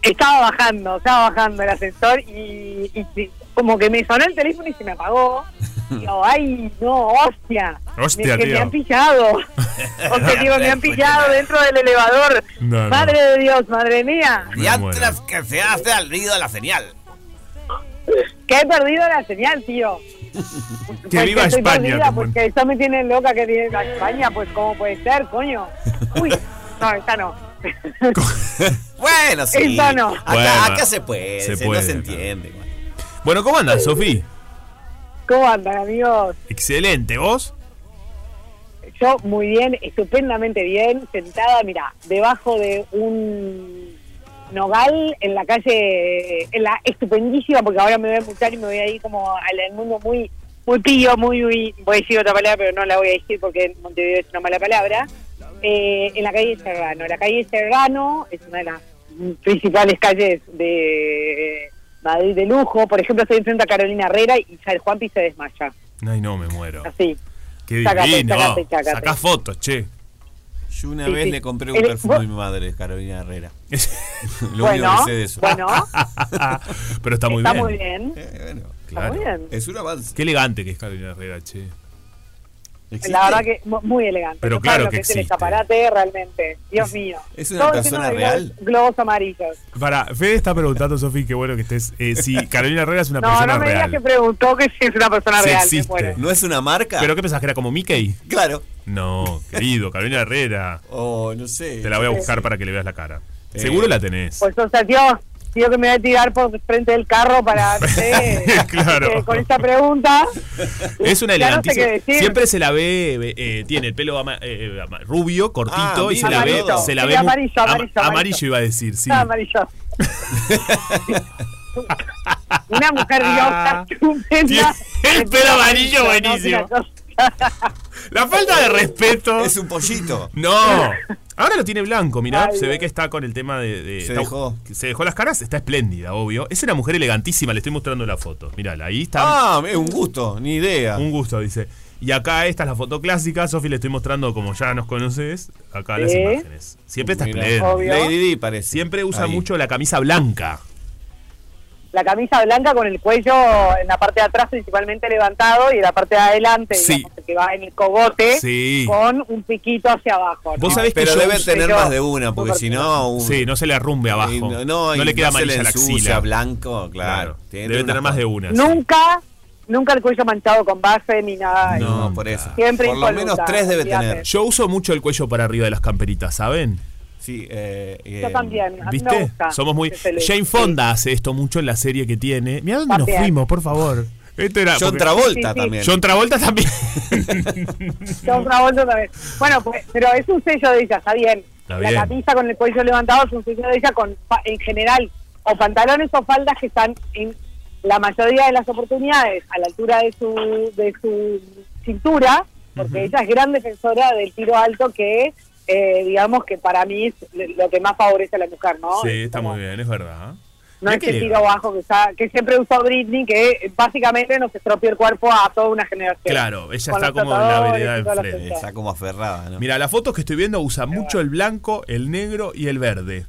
Estaba bajando, estaba bajando el ascensor y, y- y como que me sonó el teléfono y se me apagó. Digo, ay, no, hostia.
Hostia,
me, que
tío.
me han pillado. Hostia, digo, me han pillado dentro del elevador.
No, no.
Madre de Dios, madre mía.
Me muero.
que se hace al ruido de la señal.
Que he perdido la señal, tío.
Que
Pues
viva
estoy
España,
perdida,
te
porque
ponen.
eso me tiene loca que viva España, pues cómo puede ser, coño. Uy, no, esta no.
Bueno, sí.
Eso no.
Acá,
Bueno,
acá se puede,
se
se
puede,
no se
claro.
entiende.
Bueno, ¿cómo andas, Sofi?
¿Cómo andan, amigos?
Excelente, ¿vos?
Yo muy bien, estupendamente bien, sentada, mira, debajo de un nogal en la calle, en la estupendísima, porque ahora me voy a mutar y me voy a ir como al al mundo muy muy pillo, muy, muy, voy a decir otra palabra, pero no la voy a decir porque en Montevideo es una mala palabra, eh, en la calle Serrano. La calle Serrano es una de las principales calles de Madrid de lujo. Por ejemplo, estoy enfrente a Carolina Herrera y ya el Juanpi se desmaya,
Ay, no, me muero.
así.
Qué
Sácate,
divino.
sácate, sácate.
Sacá fotos, che.
Yo una
Sí,
vez
sí.
le compré un
Eh,
perfume a
vos-
mi madre, Carolina Herrera. Lo único
Bueno,
que sé de eso.
bueno,
Pero está Ah, muy
está
bien.
muy bien.
Eh, bueno,
Está
Claro.
muy bien.
es un avance.
Qué elegante que es Carolina Herrera, che.
Existe.
La verdad que mu- muy elegante.
Pero
No
claro
saben lo
que
que es el
existe.
escaparate realmente. Dios mío.
es una
lleno
persona
de globos-
real?
Globos amarillos.
Para, Fede está preguntando, Sofi, qué bueno que estés. eh, si Carolina Herrera es una
No,
persona
no me digas
real.
que preguntó que si es una persona
Sí
real. me
existe.
muero.
¿No es una marca?
¿Pero qué pensás que era como Mickey?
Claro.
No, querido, Carolina Herrera.
Oh, no sé.
Te la voy a buscar para que le veas la cara. Seguro la tenés.
Pues o sea, tío, tío que me voy a tirar por frente del carro para... no sé,
Claro.
eh, con esta pregunta.
Es una
Ya no sé
elegantísima.
qué decir.
Siempre se la ve, eh, tiene el pelo ama- eh, ama- rubio, cortito
Ah,
y se la ve,
amarillo.
se la
Sí,
ve mu-
amarillo,
ama-
amarillo, amarillo.
amarillo iba a decir, sí.
Ah, amarillo. una mujer diosa, estupenda.
Tiene el pelo amarillo
No,
buenísimo.
una cosa.
La falta de respeto.
Es un pollito.
No. Ahora lo tiene blanco, mirá.
Ay,
se ve
Dios.
que está con el tema de. de-
Se
está-
dejó.
Se dejó las caras, está espléndida, obvio. Es una mujer elegantísima, le estoy mostrando la foto. Mírala, ahí está.
Ah, es un Ah, gusto, ni idea.
Un gusto, dice. Y acá esta es la foto clásica. Sofi le estoy mostrando, como ya nos conoces, acá las
Sí.
imágenes. Siempre está
Mira.
espléndida.
Obvio. Lady
Di parece.
Siempre usa
Ahí.
mucho la camisa blanca.
La camisa blanca con el cuello en la parte de atrás principalmente levantado y en la parte de adelante,
Sí.
digamos, que va en el cogote,
Sí.
con un piquito hacia abajo.
Vos
¿no?
sabés que
Pero
yo
debe
usé
tener
yo-
más de una, porque
súper
si no. un-
Sí, no se le arrumbe abajo.
y
no,
y
le queda
no se
amarilla la
ensucia,
axila.
blanco, claro. Tiene
Debe
una-
tener más de una. sí.
Nunca, nunca el cuello manchado con base ni nada.
No, por eso.
Siempre
Por lo
impoluta,
menos tres debe
olvídate.
tener.
Yo uso mucho el cuello para arriba de las camperitas, ¿saben?
Sí, eh,
Yo
eh,
también, a mí me
¿Viste?
gusta
Somos muy.
que se le-
Jane Fonda hace esto mucho en la serie que tiene. Mira dónde nos
También.
fuimos, por favor. Esto era.
John
Ah, porque-
Travolta
Sí, sí, sí.
también.
John Travolta también.
John Travolta también. Bueno, pues, pero es un sello de ella, está bien.
Está
La
bien.
camisa con el cuello levantado es un sello de ella con, fa- en general, o pantalones o faldas que están en la mayoría de las oportunidades a la altura de su, de su cintura, porque ella es gran defensora del tiro alto que eh, digamos que para mí es lo que más favorece a la mujer, ¿no?
sí,
Es
está
como-
muy bien, es verdad. ¿eh?
No
Mirá
es
qué
el tiro
elegante.
bajo que, está, que siempre usó Britney, que eh, básicamente nos estropeó el cuerpo a toda una generación.
Claro, ella
Con
está
los
como en la
tatuadores
vereda
y todas las
enfrente.
cosas.
Está como aferrada, ¿no?
eh, Mira, las fotos que estoy viendo usa mucho el blanco, el negro y el verde.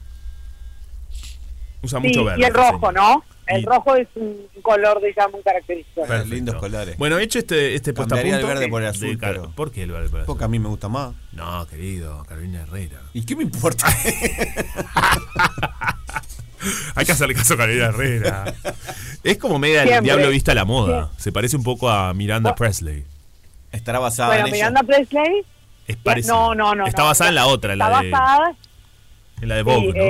Usa
Sí,
mucho verde.
y el rojo,
sí.
¿no? El
Y-
rojo es un color de ella muy característico.
Perfecto.
Lindos colores.
Bueno, hecho este, este
Cambiaría
postapunto.
el verde por el azul,
de Car-
pero-
¿Por qué el verde por el azul?
Porque a mí me gusta más.
No, querido, Carolina Herrera.
¿Y qué me importa?
Hay que hacerle caso a Carolina Herrera. es como media del
Siempre.
diablo vista a la moda. Se parece un poco a Miranda Presley.
Estará basada
Bueno,
en
Miranda
ella.
Presley.
Es parecida.
No, no, no.
Está
no.
basada en la otra, en la
Está
de,
basada,
en la de
sí,
Vogue, ¿no?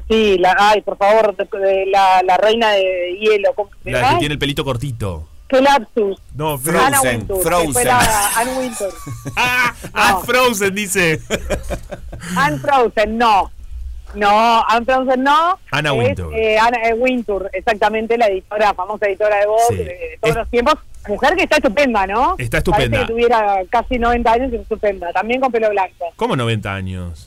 eh, sí, la, ay, por favor, de- de la, la reina de hielo. ¿cómo se
la
llama?
que tiene el pelito cortito.
¿Qué lapsus?
No,
Frozen,
Anna Wintour. que
Frozen.
fue la- Anne Wintour.
¡Ah! ah,
No.
Frozen dice.
Anne Frozen, no. No, Anne Frozen no.
Anna
Es,
Wintour.
eh, Anna eh, Wintour, exactamente, la editora, famosa editora de Vogue
Sí.
de, de todos
Es-
los tiempos. Mujer que está estupenda, ¿no?
Está estupenda.
Parece que tuviera casi 90 años y estupenda, también con pelo blanco.
¿Cómo 90 años?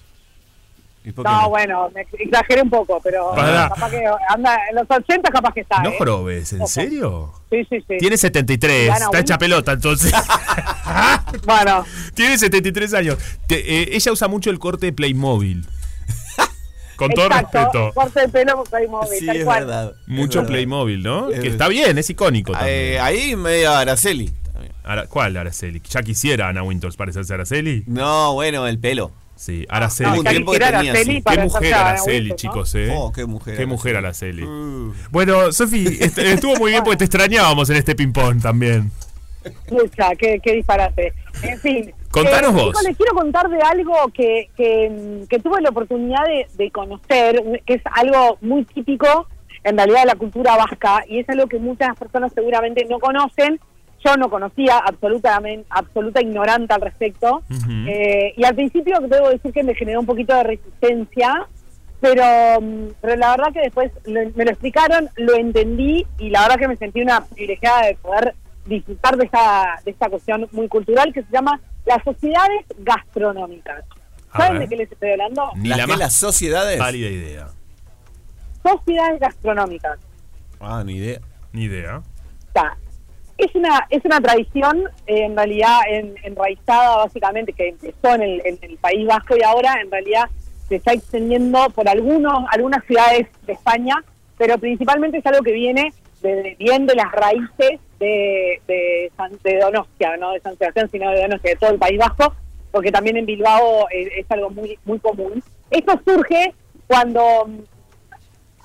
¿Y por qué
No,
no?
bueno, me exageré un poco, pero
Pará.
capaz que anda, en los 80 capaz que está.
No
¿eh?
jorobes, ¿en
Ojo.
serio?
Sí, sí, sí.
Tiene 73,
Gana
está
uno.
hecha pelota entonces.
Bueno,
Tiene 73 años. Te- eh, ella usa mucho el corte de Playmobil. Con todo
exacto,
respeto.
corte de pelo con Playmobil,
Sí,
tal
es
cual.
verdad. es
Mucho
verdad.
Playmobil, ¿no?
Es
que
verdad.
está bien, es icónico
Eh,
también.
ahí medio Araceli. también.
Ara- ¿Cuál Araceli? Ya quisiera Ana Winters parecerse a Araceli.
No, bueno, el pelo.
Sí,
No,
Araceli.
Hubo un
ya
tiempo que
quisiera
tenía
Araceli
así.
Qué
Qué
para
mujer
hacerse a Anna
Araceli,
Wintour, ¿no?
chicos, ¿eh?
Oh, qué mujer.
Qué mujer Araceli.
Uh.
Bueno, Sofi, est- estuvo muy bien porque te extrañábamos en este ping-pong también.
Lucha, qué, qué disparate. En fin. eh,
Contanos vos.
chicos, les quiero contar de algo que, que, mm, que tuve la oportunidad de, de conocer, que es algo muy típico en realidad de la cultura vasca y es algo que muchas personas seguramente no conocen. Yo no conocía, absolutamente, absoluta ignorante al respecto.
Ujú.
Eh, y al principio debo decir que me generó un poquito de resistencia, pero, mm, pero la verdad que después lo- me lo explicaron, lo entendí y la verdad que me sentí una privilegiada de poder disfrutar de esta, de esta cuestión muy cultural que se llama las sociedades gastronómicas.
A
¿Saben
ver.
de qué les estoy hablando?
Ni
¿Las,
la
que
más
las sociedades?
pálida idea.
Sociedades gastronómicas.
Ah, ni idea.
Ni idea.
Está. Es una, es una tradición, eh, en realidad, en, enraizada básicamente, que empezó en el, en el País Vasco y ahora en realidad se está extendiendo por algunos, algunas ciudades de España, pero principalmente es algo que viene de, de- bien de las raíces de, de, San, de Donostia, no de San Sebastián, sino de Donostia, de todo el País Vasco, porque también en Bilbao eh, es algo muy, muy común. Esto surge cuando mm,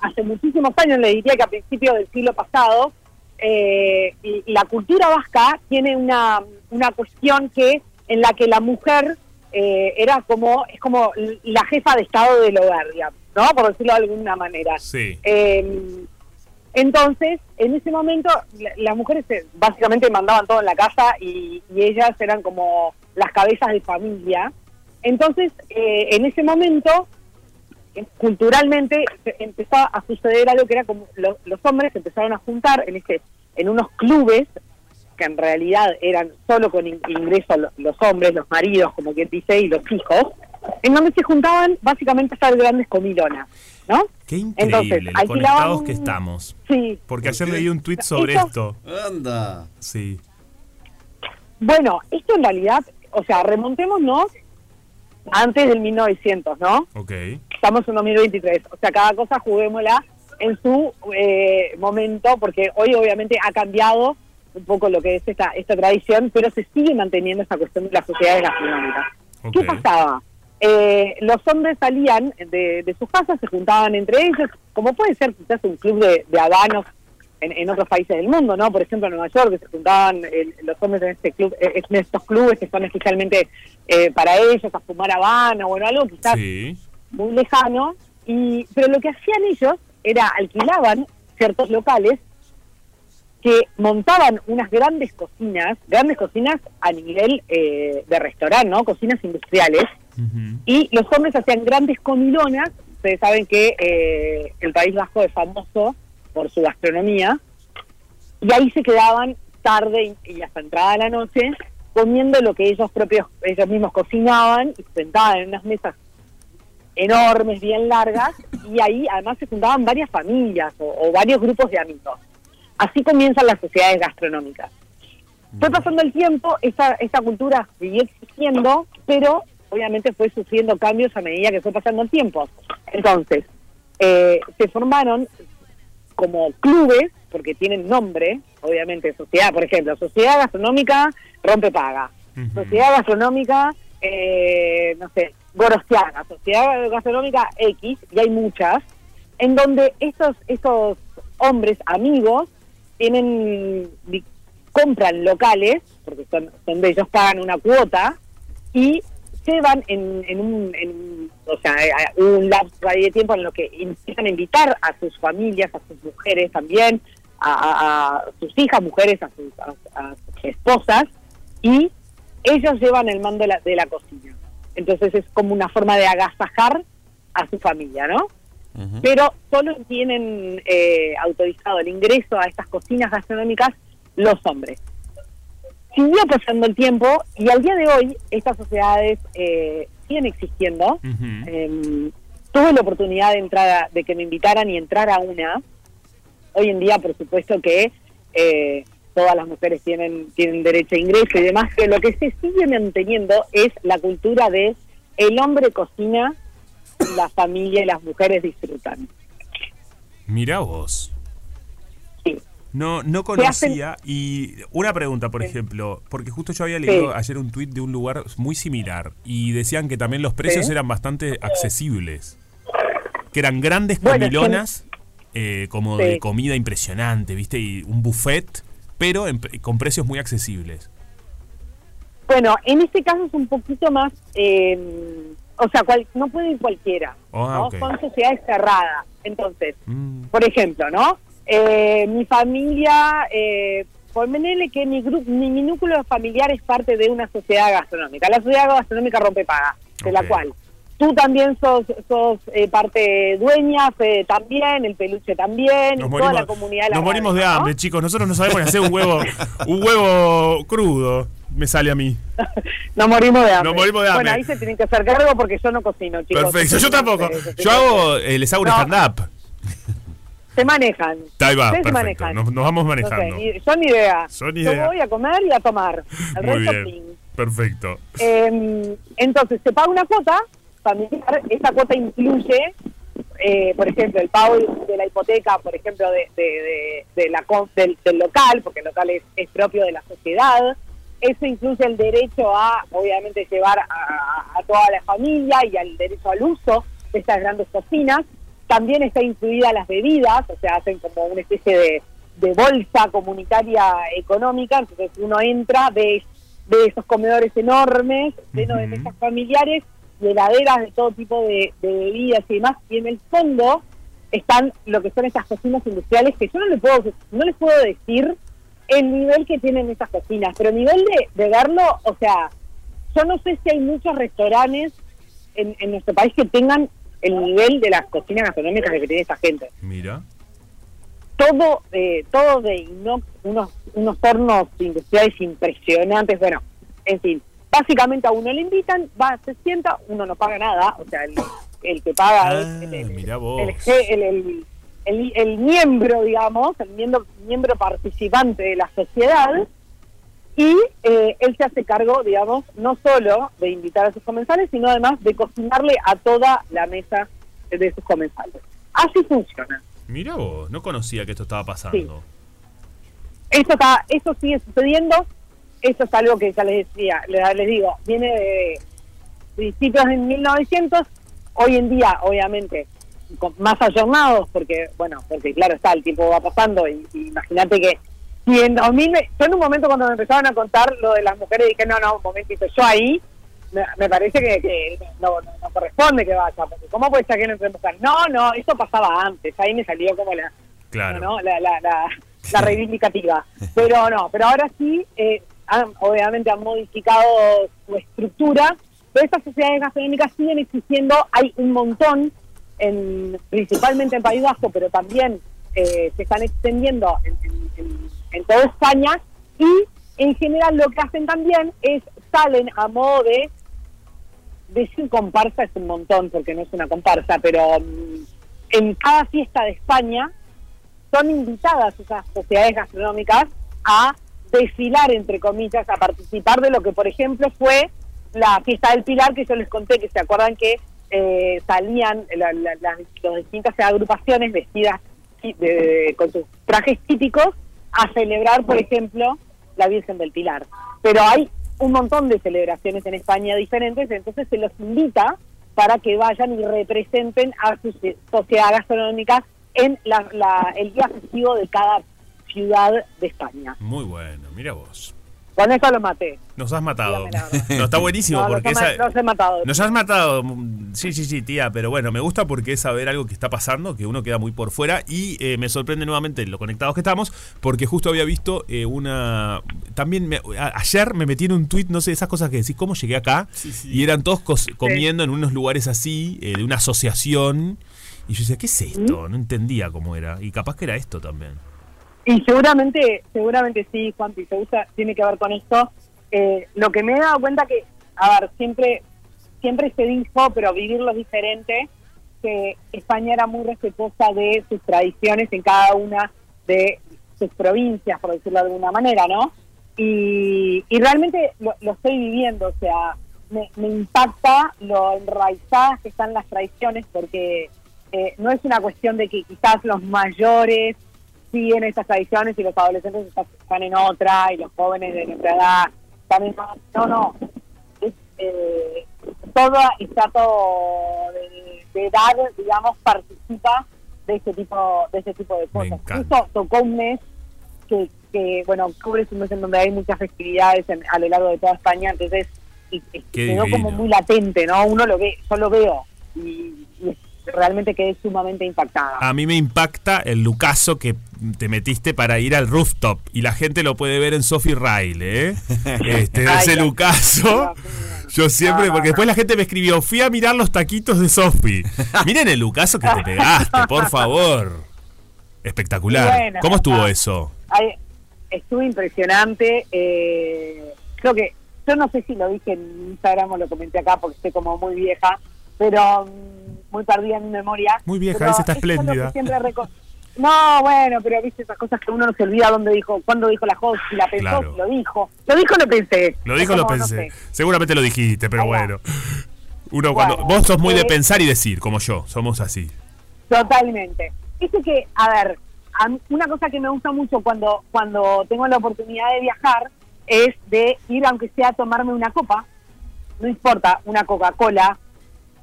hace muchísimos años, le diría que a principios del siglo pasado, eh, y- y la cultura vasca tiene una, una cuestión que en la que la mujer eh, era como es como l- la jefa de estado del hogar, digamos, ¿no? Por decirlo de alguna manera.
Sí.
Eh, entonces, en ese momento, la- las mujeres eh, básicamente mandaban todo en la casa y, y ellas eran como las cabezas de familia. Entonces, eh, en ese momento, eh, culturalmente, se- empezó a suceder algo que era como lo- los hombres se empezaron a juntar en, este, en unos clubes que en realidad eran solo con in- ingreso lo- los hombres, los maridos, como quien dice, y los hijos, en donde se juntaban básicamente a hacer grandes comilonas, ¿no?
Qué increíble, lo
alquilaban
conectados
un-
que estamos.
Sí,
Porque
¿Por
ayer
qué?
leí un tuit sobre
Eso-
esto.
Anda.
Sí.
Bueno, esto en realidad, o sea, remontémonos antes del 1900, ¿no?
Ok.
Estamos en 2023, o sea, cada cosa juguémosla en su eh, momento, porque hoy obviamente ha cambiado un poco lo que es esta, esta tradición, pero se sigue manteniendo esta cuestión de las sociedades gastronómicas. ¿Qué pasaba? Eh, los hombres salían de, de sus casas, se juntaban entre ellos, como puede ser quizás un club de, de habanos en, en otros países del mundo, ¿no? Por ejemplo, en Nueva York, que se juntaban eh, los hombres en, este club, eh, en estos clubes que son especialmente eh, para ellos, a fumar habana, bueno, algo quizás muy lejano. Y, pero lo que hacían ellos era alquilaban ciertos locales que montaban unas grandes cocinas, grandes cocinas a nivel eh, de restaurante, ¿no? Cocinas industriales. Y los hombres hacían grandes comilonas. Ustedes saben que eh, el País Vasco es famoso por su gastronomía. Y ahí se quedaban tarde y, y hasta entrada de la noche comiendo lo que ellos propios, ellos mismos cocinaban y se sentaban en unas mesas enormes, bien largas, y ahí además se juntaban varias familias o, o varios grupos de amigos. Así comienzan las sociedades gastronómicas. Fue pasando el tiempo, esta, esta cultura siguió existiendo, pero obviamente fue sufriendo cambios a medida que fue pasando el tiempo. Entonces, eh, se formaron como clubes, porque tienen nombre, obviamente, sociedad, por ejemplo, Sociedad Gastronómica Rompe Paga, Sociedad Gastronómica, eh, no sé, Gorostiana, Sociedad Gastronómica X, y hay muchas, en donde estos, estos hombres amigos tienen di- compran locales, porque son, son de ellos, pagan una cuota, y se van en, en un, en- o sea, a- a un lapso ahí de tiempo en lo que empiezan a invitar a sus familias, a sus mujeres también, a, a- a sus hijas mujeres, a sus, a- a sus esposas, y ellos llevan el mando de la, de la cocina. Entonces es como una forma de agasajar a su familia, ¿no? pero solo tienen eh, autorizado el ingreso a estas cocinas gastronómicas los hombres. Siguió pasando el tiempo y al día de hoy estas sociedades eh, siguen existiendo. Em, tuve la oportunidad de entrar, a- de que me invitaran y entrar a una. Hoy en día, por supuesto que eh, todas las mujeres tienen tienen derecho a ingreso y demás, pero lo que se sigue manteniendo es la cultura de el hombre cocina, la familia y las mujeres disfrutan.
Mirá vos. No, no
Se hacen-
conocía. Y una pregunta, por ejemplo, porque justo yo había
Sí.
leído ayer un tuit de un lugar muy similar y decían que también los precios
Sí.
eran bastante accesibles. Que eran grandes
Bueno, es que-
comilonas, eh, como de
Sí.
comida impresionante, ¿viste? Y un buffet, pero en pre- con precios muy accesibles.
Bueno, en este caso es un poquito más, eh, o sea, cual- no puede ir cualquiera,
Ah,
¿no?
ok.
son sociedades cerradas. Entonces,
Mm.
por ejemplo, ¿no? Eh, mi familia, eh, ponele que mi, grupo, mi, mi núcleo familiar es parte de una sociedad gastronómica, la sociedad gastronómica rompe paga, de la cual tú también sos, sos eh, parte dueña, Fede también, el peluche también,
Nos
y toda
morimos-
la comunidad.
Nos morimos de hambre, chicos. Nosotros no sabemos ni hacer un huevo, un huevo crudo. Me sale a mí.
Nos morimos de hambre.
Nos morimos de hambre.
Bueno, ahí se tienen que hacer cargo porque yo no cocino, chicos.
Perfecto, yo
Ustedes-
tampoco.
ustedes-
Yo hago, eh, les hago un
No.
stand-up.
Se manejan.
Ahí va,
Ustedes se
perfecto.
manejan.
Nos, nos vamos
No sé,
manejando.
ni- yo ni idea.
Yo ni
Yo
idea.
voy a comer y a tomar. El
Muy
resto,
bien.
ping.
Perfecto.
Eh, entonces, se paga una cuota familiar. Esta cuota incluye, eh, por ejemplo, el pago de la hipoteca, por ejemplo, de, de- de- de la, co- del, del local, porque el local es, es propio de la sociedad. Eso incluye el derecho a, obviamente, llevar a, a toda la familia y al derecho al uso de estas grandes cocinas. También está incluida las bebidas, o sea, hacen como una especie de, de bolsa comunitaria económica. Entonces uno entra, ve de esos comedores enormes, llenos de mesas familiares, de heladeras de todo tipo de, de bebidas y demás, y en el fondo están lo que son estas cocinas industriales que yo no les puedo, no les puedo decir el nivel que tienen estas cocinas, pero a nivel de, de verlo, o sea, yo no sé si hay muchos restaurantes en, en nuestro país que tengan el nivel de las cocinas gastronómicas que tiene esta gente
Mira.
todo eh, todo de inox, unos unos hornos industriales impresionantes, bueno, en fin, básicamente a uno le invitan, va, se sienta, uno no paga nada, o sea, el, el que paga es el, el-
Mira vos.
el je- el- el- el- el miembro, digamos, el miembro, miembro participante de la sociedad, Y eh, él se hace cargo, digamos, no solo de invitar a sus comensales, sino además de cocinarle a toda la mesa de sus comensales. Así funciona.
Mira vos, no conocía que esto estaba pasando.
Esto, está, esto sigue sucediendo. Esto es algo que ya les decía, le- les digo, viene de principios de 1900. Hoy en día, obviamente, con- más ayornados, porque, bueno, porque claro está, el tiempo va pasando. Y, y imagínate que. Y en 2000, me- yo en un momento cuando me empezaron a contar lo de las mujeres, dije, no, no, un momentito, yo ahí me, me parece que, que no, no- no corresponde que vaya, porque ¿cómo puede ser que no entre mujeres? No, no, esto pasaba antes, ahí me salió como la,
Claro.
¿no? La, la, la- la reivindicativa. Pero no, pero ahora sí, eh, han- obviamente han modificado su estructura, pero estas sociedades gastronómicas siguen existiendo, hay un montón, en, principalmente en País Vasco, pero también eh, se están extendiendo en, en- en- en toda España, y en general lo que hacen también es salen a modo de decir comparsa es un montón porque no es una comparsa, pero mm, en cada fiesta de España son invitadas esas sociedades gastronómicas a desfilar, entre comillas, a participar de lo que, por ejemplo, fue la fiesta del Pilar, que yo les conté, que se acuerdan que eh, salían la- la- las las distintas agrupaciones vestidas sí, de- de- con sus trajes típicos a celebrar, por ejemplo, la Virgen del Pilar. Pero hay un montón de celebraciones en España diferentes, entonces se los invita para que vayan y representen a su se- sociedad gastronómica en la- la- el día festivo de cada ciudad de España.
Muy bueno, mira vos.
Con eso lo maté.
Nos has matado. No, está buenísimo
No, los
porque
he ma-
esa-
los he matado.
Nos has matado. Mm, Sí, sí, sí, tía, pero bueno, me gusta porque es saber algo que está pasando, que uno queda muy por fuera y eh, me sorprende nuevamente lo conectados que estamos, porque justo había visto eh, una... También me- a- ayer me metí en un tuit, no sé, esas cosas que decís, ¿cómo llegué acá? Y eran todos cos- comiendo en unos lugares así, eh, de una asociación. Y yo decía, ¿qué es esto? No entendía cómo era. Y capaz que era esto también.
Y seguramente, seguramente sí, Juan, si te gusta, tiene que ver con esto. Eh, lo que me he dado cuenta que, a ver, siempre, siempre se dijo, pero vivirlo es diferente, que España era muy respetuosa de sus tradiciones en cada una de sus provincias, por decirlo de alguna manera, ¿no? Y, y realmente lo, lo estoy viviendo, o sea, me, me impacta lo enraizadas que están las tradiciones, porque eh, no es una cuestión de que quizás los mayores siguen estas tradiciones y los adolescentes está- están en otra y los jóvenes de nuestra edad están en otra. No, no. Es, eh, todo estrato de, de edad, digamos, participa de este tipo de este tipo de cosas. Incluso tocó un mes que, que, bueno, octubre es un mes en donde hay muchas festividades en- a lo largo de toda España, entonces y- y
Qué
quedó
divino.
como muy latente, ¿no? Uno lo ve, yo lo veo y, y realmente quedé sumamente impactada.
A mí me impacta el lucaso que te metiste para ir al rooftop. Y la gente lo puede ver en Sophie Rail, ¿eh? Este,
Ay,
ese
Dios
lucaso. Yo siempre, porque después la gente me escribió, fui a mirar los taquitos de Sophie. Miren el lucaso que te pegaste, por favor. Espectacular.
Bueno,
¿Cómo estuvo
ah.
eso?
Ay, estuvo impresionante. eh, creo que, yo no sé si lo dije en Instagram o lo comenté acá porque estoy como muy vieja, pero mm, muy perdida en mi memoria.
Muy vieja,
Pero
esa está
es algo que
espléndida.
siempre reco- no, bueno, pero viste esas cosas que uno no se olvida dónde dijo, cuándo dijo la host, si la pensó,
Claro.
si lo dijo. Lo dijo, lo pensé.
Lo
Es
dijo, lo
como, no
pensé.
sé.
Seguramente lo dijiste, pero bueno. Uno cuando. vos sos muy de
eh,
pensar y decir, como yo. Somos así.
Totalmente. Dice que, a ver, a mí- una cosa que me gusta mucho cuando, cuando tengo la oportunidad de viajar es de ir, aunque sea a tomarme una copa, no importa, una Coca-Cola,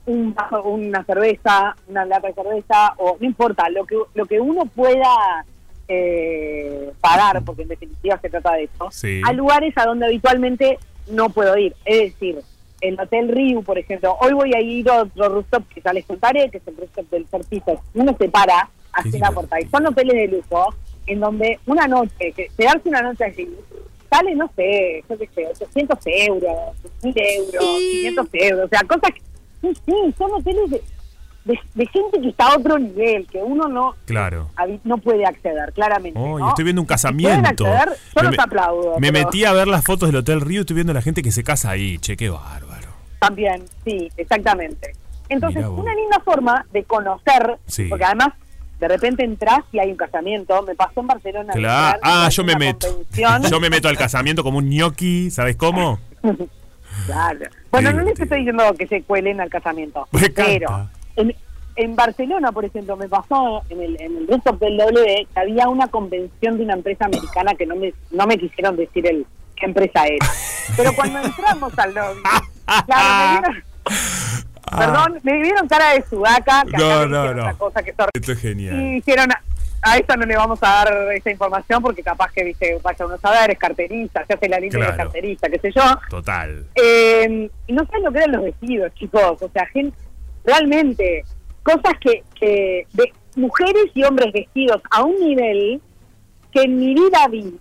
un vaso- una cerveza, una lata de cerveza, o no importa, lo que, lo que uno pueda eh, pagar, porque en definitiva se trata de eso,
Sí.
a lugares a donde habitualmente no puedo ir. Es decir, el Hotel Riu, por ejemplo, hoy voy a ir a otro rooftop que ya les contaré, que es el rooftop del Fortito. Uno se para, hace una portada. Y son hoteles de lujo en donde una noche, que quedarse una noche allí, sale, no sé, yo qué sé, 800 euros, 1000 euros, 500 euros, o sea, cosas que, sí, sí, son hoteles de, de- de gente que está a otro nivel, que uno no
Claro.
habi- no puede acceder, claramente.
Ay,
¿no?
Oh, estoy viendo un
Si pueden
casamiento.
acceder, yo
Me-
los aplaudo.
Me
pero
metí a ver las fotos del Hotel Río y estoy viendo a la gente que se casa ahí. Che, qué bárbaro.
También, sí, exactamente. Entonces,
Mirá vos.
una linda forma de conocer,
Sí.
porque además de repente entras y hay un casamiento. Me pasó en Barcelona.
Claro. Ah, yo me
una
meto.
convención.
Yo me meto al casamiento como un ñoqui, ¿sabes cómo?
Claro. Bueno, no les estoy diciendo que se cuelen al casamiento.
Me encanta.
Pero en, en Barcelona, por ejemplo, me pasó en el, en el Rooftop del W que había una convención de una empresa americana que no me, no me quisieron decir el qué empresa era. Pero cuando entramos al lobby, claro, me vieron, perdón, me vieron cara de sudaca, que acá
No,
me
no,
dijeron otra
no.
cosa que sor-
Esto es
y
genial.
dijeron, a, a esta no le vamos a dar esa información porque capaz que, viste, vaya uno a saber, es carterista, se hace la línea de
Claro.
carterista, qué sé yo.
Total.
Eh, y no sé lo que eran los vestidos, chicos. O sea, gente, realmente, cosas que, que de mujeres y hombres vestidos a un nivel que en mi vida vi.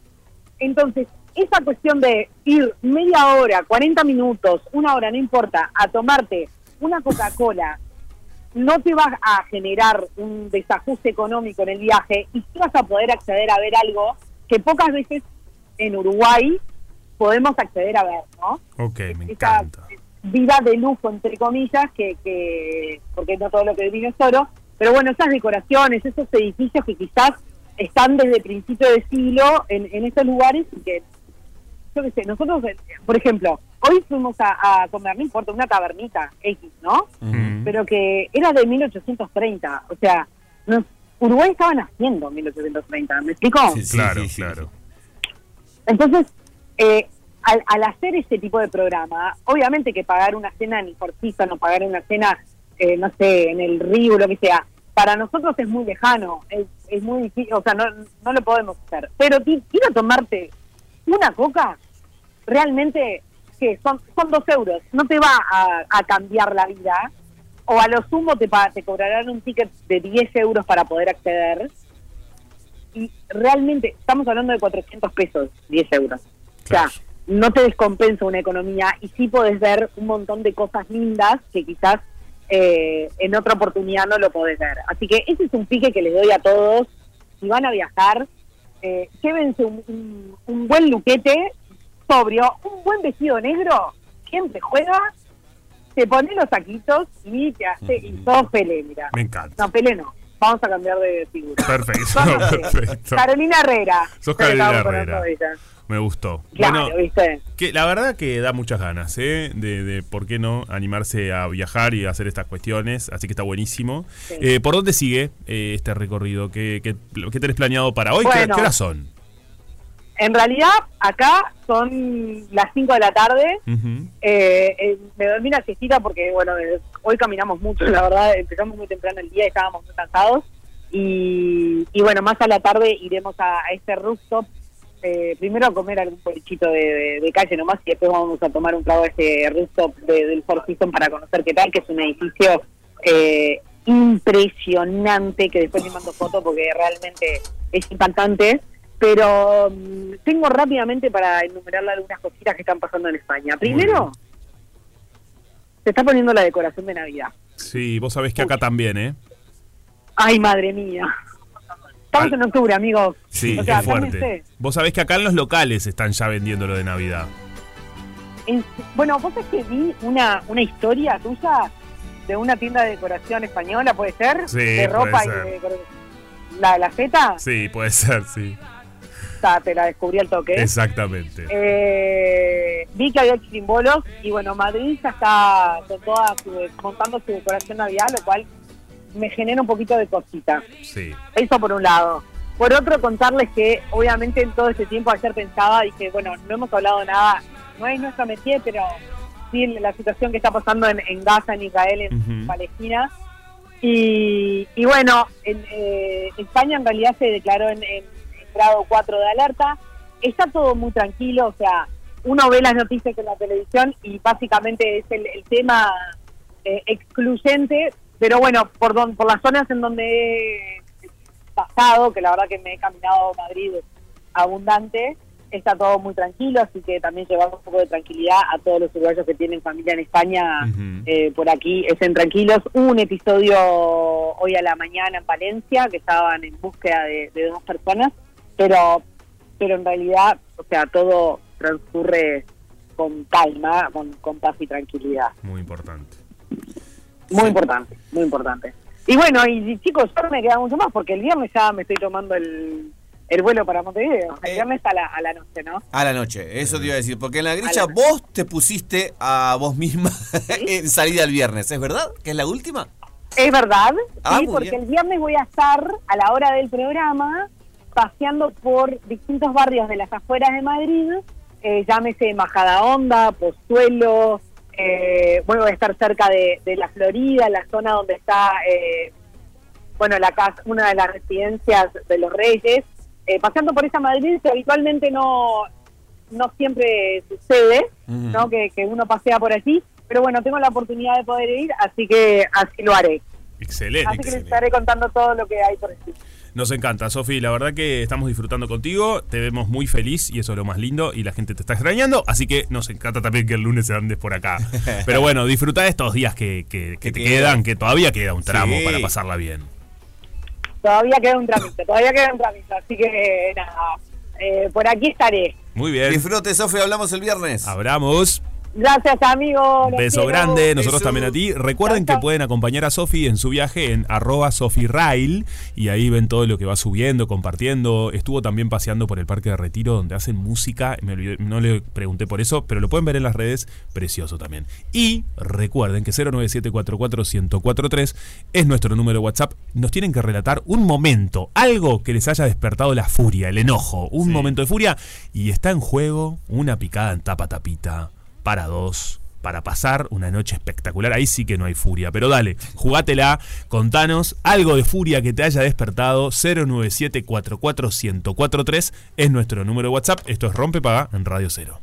Entonces, esa cuestión de ir media hora, 40 minutos, una hora, no importa, a tomarte una Coca-Cola, no te vas a generar un desajuste económico en el viaje y sí vas a poder acceder a ver algo que pocas veces en Uruguay podemos acceder a ver, ¿no?
Ok, me
esa
encanta.
vida de lujo, entre comillas, que, que porque no todo lo que vino es oro, pero bueno, esas decoraciones, esos edificios que quizás están desde principio de siglo en, en estos lugares y que, yo qué sé, nosotros, eh, por ejemplo, hoy fuimos a, a comer, no importa, una tabernita X, ¿no?
Mm.
Pero que era de 1830, o sea, nos- Uruguay estaba naciendo en 1830, ¿me explico?
claro, claro.
Entonces, eh, al, al hacer ese tipo de programa, obviamente que pagar una cena en el Fortísano, pagar una cena, eh, no sé, en el río, lo que sea, para nosotros es muy lejano, es, es muy difícil, o sea, no, no lo podemos hacer. Pero ti- ir a tomarte una coca, realmente, que son, son dos euros, no te va a, a cambiar la vida, o a lo sumo te, pa- te cobrarán un ticket de 10 euros para poder acceder y realmente estamos hablando de 400 pesos, 10 euros. O sea, no te descompensa una economía y sí podés ver un montón de cosas lindas que quizás eh, en otra oportunidad no lo podés ver. Así que ese es un pique que les doy a todos. Si van a viajar, eh, llévense un, un- un buen luquete sobrio, un buen vestido negro, siempre juega, te pones los saquitos y te hace, y sos Pelé, mira.
Mm. Me encanta.
No, Pelé no. Vamos a cambiar de figura.
Perfecto,
Vamos, sí.
perfecto.
Carolina Herrera.
Sos
Se la
Carolina
acabo poniendo
Herrera.
ella.
Me gustó.
Claro,
bueno,
¿viste?
que la verdad que da muchas ganas, ¿eh? De, de por qué no animarse a viajar y a hacer estas cuestiones. Así que está buenísimo.
Sí.
Eh, ¿Por dónde sigue eh, este recorrido? ¿Qué, qué, qué tenés planeado para hoy? ¿Qué- ¿Qué,
Bueno.
horas son?
En realidad, acá son las 5 de la tarde.
Ujú.
Eh, eh, me dormí una siestita porque, bueno, eh, hoy caminamos mucho, la verdad. Empezamos muy temprano el día, estábamos muy cansados. Y, y bueno, más a la tarde iremos a, a este rooftop. eh, primero a comer algún polchito de, de- de calle nomás y después vamos a tomar un trago a este rooftop de- del Four Seasons para conocer qué tal, que es un edificio eh, impresionante que después le mando foto porque realmente es impactante. Pero mm, tengo rápidamente para enumerarle algunas cositas que están pasando en España. Primero, se está poniendo la decoración de Navidad.
Sí, vos sabés que acá también, ¿eh?
Ay, madre mía. Estamos en octubre, amigos.
Sí,
O sea,
es fuerte.
cálmense.
Vos sabés que acá en los locales están ya vendiendo lo de Navidad.
En- bueno, vos es que vi una, una historia tuya de una tienda de decoración española, ¿puede ser?
Sí, puede
de ropa
ser.
y de decoración. La, la Z,
Sí, puede ser, sí.
Ta, te la descubrí al toque.
Exactamente.
Eh, vi que había chirimbolos y bueno, Madrid ya está con toda su, montando su decoración navidad, lo cual me genera un poquito de cosita.
Sí.
Eso por un lado. Por otro, contarles que obviamente en todo este tiempo ayer pensaba, dije, bueno, no hemos hablado nada, no es nuestra métier, pero sí la situación que está pasando en, en Gaza, en Israel, en
Ujú.
Palestina. Y, y bueno, en, eh, España en realidad se declaró en, en- en grado 4 de alerta. Está todo muy tranquilo, o sea, uno ve las noticias en la televisión y básicamente es el, el tema eh, excluyente, pero bueno, por, don- por las zonas en donde pasado, que la verdad que me he caminado Madrid abundante, está todo muy tranquilo, así que también llevar un poco de tranquilidad a todos los uruguayos que tienen familia en España eh, por aquí, estén tranquilos. Hubo un episodio hoy a la mañana en Valencia, que estaban en búsqueda de, de dos personas, pero, pero en realidad, o sea, todo transcurre con calma, con, con paz y tranquilidad.
Muy importante.
Muy importante, muy importante. Y bueno, y, y chicos, solo me queda mucho más porque el viernes ya me estoy tomando el, el vuelo para Montevideo.
Eh.
El viernes a la, a la noche, ¿no?
A la noche, eso te iba a decir. Porque en la grilla vos te pusiste a vos misma en salida el viernes, ¿es verdad? ¿Que es la última?
Es verdad,
Ah,
sí,
muy
porque
bien.
el viernes voy a estar a la hora del programa paseando por distintos barrios de las afueras de Madrid, eh, llámese Majada Honda, Pozuelo, eh, bueno, voy a estar cerca de, de la Florida, la zona donde está, eh, bueno, la casa, una de las residencias de los Reyes, eh, paseando por esa Madrid que habitualmente no, no siempre sucede,
Ujú.
¿no? Que, que uno pasea por allí, pero bueno, tengo la oportunidad de poder ir, así que así lo haré.
Excelente.
Así que les
excelente.
estaré contando todo lo que hay por aquí.
Nos encanta, Sofi. La verdad que estamos disfrutando contigo. Te vemos muy feliz y eso es lo más lindo. Y la gente te está extrañando. Así que nos encanta también que el lunes andes por acá. Pero bueno, disfruta de estos días que, que- que te
quedan.
quedan, que todavía queda un tramo
Sí.
para pasarla bien.
Todavía queda un trámite, todavía queda un trámite, así que nada, eh, por aquí estaré.
Muy bien.
Disfrute, Sofi, hablamos el viernes.
Hablamos.
Gracias, amigos. los
Beso
quiero.
grande, nosotros también a ti. Recuerden que pueden acompañar a Sofi en su viaje en arroba Sofi Rail y ahí ven todo lo que va subiendo, compartiendo. Estuvo también paseando por el Parque de Retiro donde hacen música, Me olvidé- no le pregunté por eso, pero lo pueden ver en las redes, precioso también. Y recuerden que 097441043 es nuestro número de WhatsApp. Nos tienen que relatar un momento, algo que les haya despertado la furia, el enojo, un momento de furia y está en juego una picada en tapa tapita para dos, para pasar una noche espectacular. Ahí sí que no hay furia, pero dale, jugátela, contanos algo de furia que te haya despertado. 097-44-1043 es nuestro número de WhatsApp. Esto es Rompe Paga en Radio Cero.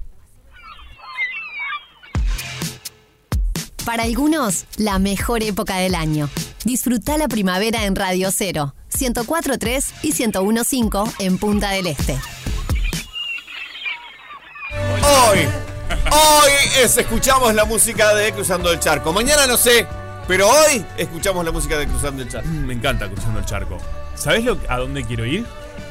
Para algunos, la mejor época del año. Disfruta la primavera en Radio Cero, 104.3 y 101.5 en Punta del Este.
Hoy, hoy es escuchamos la música de Cruzando el Charco. Mañana no sé, pero hoy escuchamos la música de Cruzando el Charco.
Mm, Me encanta Cruzando el Charco. ¿Sabes lo, a dónde quiero ir?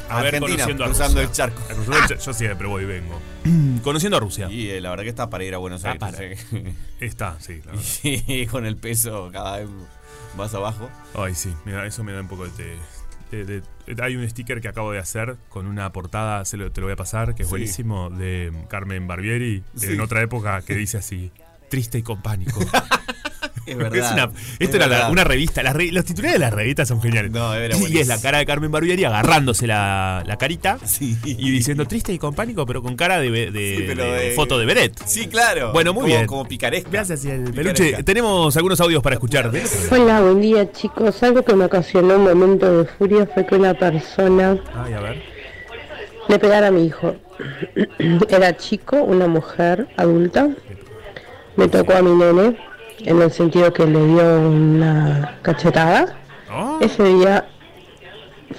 A
Argentina,
a
cruzando
Rusia.
el charco.
A cruzar el char- Yo siempre voy y vengo. Conociendo a Rusia.
Y eh, la verdad que está para ir a Buenos
Está
Aires.
Está, sí, la verdad.
Y con el peso cada vez más abajo.
Ay, sí, me da- eso me da un poco de, de- de- de- Hay un sticker que acabo de hacer con una portada, se lo, te lo voy a pasar, que es
Sí.
buenísimo, de Carmen Barbieri,
Sí.
en otra época, que dice así, triste y con pánico.
Es verdad,
una-
es
esto era la-
verdad.
una revista. las re- los titulares de las revistas son geniales. y es la cara de Carmen Barbieri agarrándose la, la carita y diciendo triste y con pánico, pero con cara de, be- de-
Sí, pero
de-
de-
de foto de Beret.
Sí, claro.
Bueno, muy
Como-
bien.
Como picaresca.
Gracias, el Peluche, tenemos algunos audios para escuchar. de-
Hola, buen día chicos. Algo que me ocasionó un momento de furia fue que una persona
Ay, a ver.
le pegara a mi hijo. Era chico, una mujer adulta. Me tocó a mi nene en el sentido que le dio una cachetada. Ese día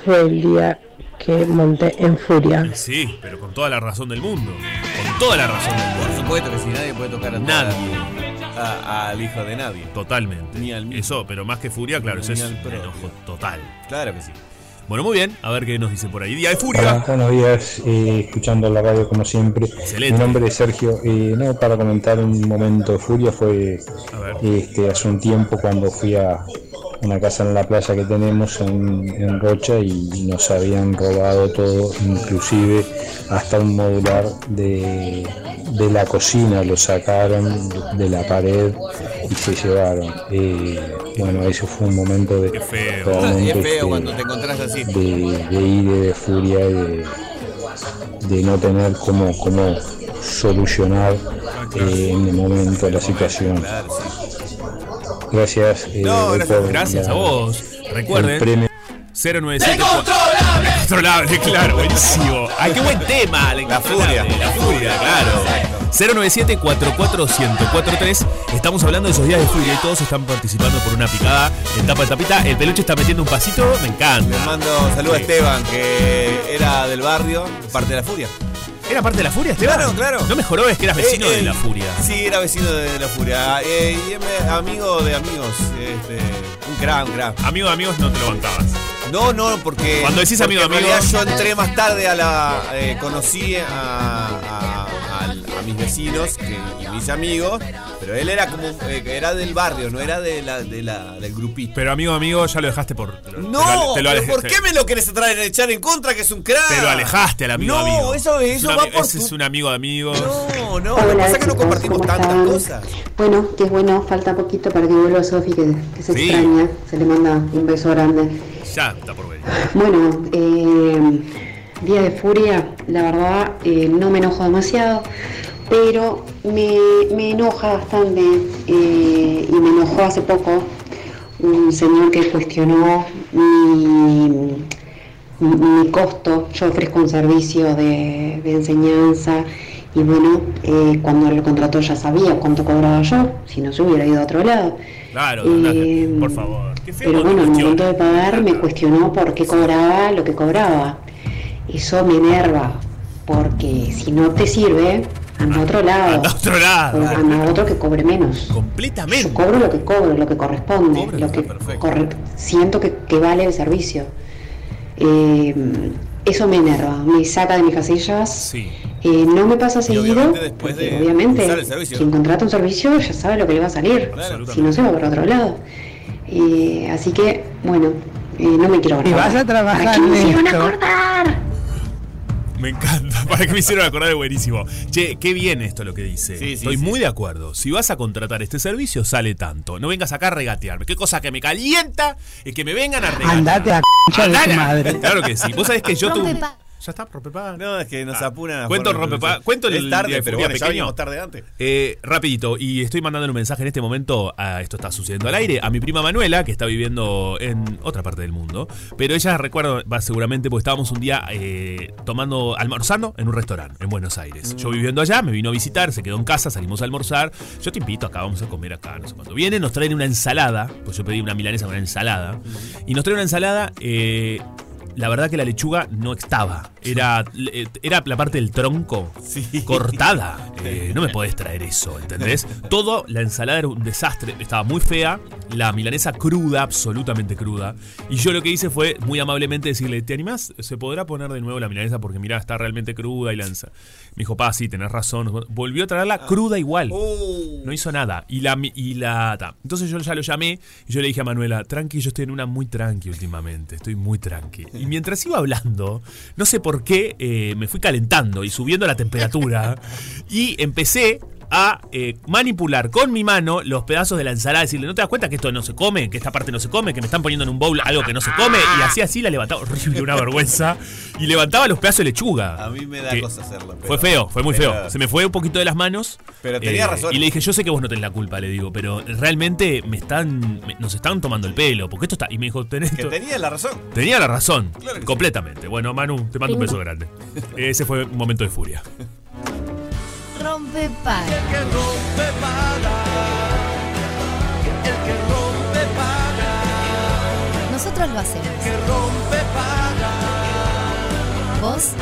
fue el día que monté en furia.
Sí, pero con toda la razón del mundo. Con toda la razón del mundo.
Por supuesto que si nadie puede tocar a
Nadie.
a- al hijo de nadie.
Totalmente. Eso, pero más que furia, claro, eso es un enojo total.
Claro que sí.
Bueno, muy bien, a ver qué nos dicen por ahí. Día de furia.
Hola, buenos días, eh, escuchando la radio como siempre. Mi
Excelente.
nombre es Sergio. eh, no, para comentar un momento de furia fue este, hace un tiempo cuando fui a una casa en la playa que tenemos en, en Rocha y nos habían robado todo, inclusive hasta un modular de, de la cocina, lo sacaron de la pared y se llevaron. Eh, bueno, ese fue un momento de...
Y
realmente,
es feo
este,
cuando te encontrás así.
de, de ira, de furia, de, de no tener cómo, cómo solucionar eh, en el momento la situación. Gracias. eh, voy por
Gracias
la-
a vos.
el
Recuerden.
premio.
097. Controlable, claro, buenísimo. Ay, qué buen tema, la furia. La furia, claro. 097 44 1043 Estamos hablando de esos días de furia y todos están participando por una picada en tapa de tapita. El peluche está metiendo un pasito, me encanta.
Le mando saludos a
Sí.
Esteban, que era del barrio, parte de la furia.
¿Era parte de la furia, Esteban?
Claro, claro.
No mejoró, es que eras vecino
Eh, eh,
de la furia.
Sí, era vecino de la furia. Eh, y em- amigo de amigos. Este, un gran, un gran.
Amigo de amigos no te lo bancabas.
No, no, porque.
Cuando decís
porque
amigo de
en realidad
amigos-
Yo entré más tarde a la. eh, conocí a, a- al- a a mis vecinos que- y mis amigos, pero él era como eh, era del barrio, no era de la, de la, del grupito.
Pero amigo, amigo, ya lo dejaste por. te lo-
No,
te lo- te lo
pero
ale-
¿por
te-
qué me lo querés traer a echar en contra que es un crack?
Te lo alejaste al amigo
No,
amigo.
eso,
Es
eso
un
va
ami-
por
Ese
tu-
es un amigo de amigos.
No, no,
Hola,
lo que pasa es que no
chicos,
compartimos
¿cómo
tantas
están?
cosas.
Bueno, que es bueno, falta poquito para que vuelva Sofi, que, que se
Sí.
extraña, se le manda un beso grande.
Ya está por venir.
Bueno, eh, Día de Furia, la verdad eh, no me enojo demasiado, pero me, me enoja bastante eh, y me enojó hace poco un señor que cuestionó mi, mi- mi costo. Yo ofrezco un servicio de, de enseñanza y bueno, eh, cuando lo contrató ya sabía cuánto cobraba yo, si no se hubiera ido a otro lado.
Claro,
Eh,
Donaje, por favor. Qué feo
pero
cuando
bueno, al
cuestiona.
momento de pagar me cuestionó por qué cobraba lo que cobraba. Eso me enerva, porque si no te sirve, anda a otro lado.
Anda a otro lado.
O anda a otro que cobre menos.
Completamente.
Yo cobro lo que cobro, lo que corresponde, lo que corre- siento que, que vale el servicio. Eh, eso me enerva, me saca de mis casillas. Eh, no me pasa seguido,
después
porque
de
obviamente
usar el servicio.
quien contrata un servicio ya sabe lo que le va a salir,
Absolutamente.
si no se va por otro lado. Eh, así que, bueno, eh, no me quiero
Y
grabar.
vas a trabajar
Aquí me hicieron
esto.
acordar.
Me encanta. Para que me hicieron acordar de buenísimo. Che, qué bien esto lo que dice. Estoy muy de acuerdo. Si vas a contratar este servicio, sale tanto. No vengas acá a regatearme. Qué cosa que me calienta es que me vengan a regatear.
Andate a c*** de tu madre.
Claro que sí. Vos sabés que yo tuve. un-
¿Ya
está, rompepa?
No, es que nos apuran a
Ah, Cuento el
jugar-
rompepa- cuento el
Es tarde,
día de
pero
furia
bueno, ya
pequeño.
venimos tarde antes.
Eh, rapidito, y estoy mandando un mensaje en este momento, a, esto está sucediendo al aire, a mi prima Manuela, que está viviendo en otra parte del mundo, pero ella recuerdo, va seguramente, porque estábamos un día eh, tomando, almorzando en un restaurante en Buenos Aires. Yo viviendo allá, me vino a visitar, se quedó en casa, salimos a almorzar, yo te invito acá, vamos a comer acá, no sé cuándo. Viene, nos traen una ensalada, pues yo pedí una milanesa con una ensalada, y nos traen una ensalada... eh, la verdad que la lechuga no estaba. Era, eh, era la parte del tronco cortada. Eh, no me podés traer eso, ¿entendés? Todo, la ensalada era un desastre. Estaba muy fea. La milanesa cruda, absolutamente cruda. Y yo lo que hice fue muy amablemente decirle, ¿te animás? ¿Se podrá poner de nuevo la milanesa? Porque mirá, está realmente cruda y lanza. Me dijo, pa, sí, tenés razón. Volvió a traerla cruda igual. No hizo nada. Y la... mi- Y la ta. Entonces yo ya lo llamé y yo le dije a Manuela, tranqui, yo estoy en una muy tranqui últimamente. Estoy muy tranqui. Y mientras iba hablando, no sé por qué, eh, me fui calentando y subiendo la temperatura. y empecé a eh, manipular con mi mano los pedazos de la ensalada. Decirle, ¿no te das cuenta que esto no se come? Que esta parte no se come, que me están poniendo en un bowl algo que no se come. Y así, así la levantaba. Horrible, una vergüenza. Y levantaba los pedazos de lechuga.
A mí me da
Que-
cosa hacerlo.
fue feo, fue muy feo. Se me fue un poquito de las manos. eh,
Pero tenía razón.
Y le dije, yo sé que vos no tenés la culpa, le digo, pero realmente me están, me- nos están tomando el pelo, porque esto está. Y me dijo, tenés.
Que
to-
tenía la razón.
Tenía la razón,
Claro que sí.
completamente. Bueno, Manu, te mando un beso grande. Ese fue un momento de furia.
Rompe para. Nosotros lo hacemos. Vos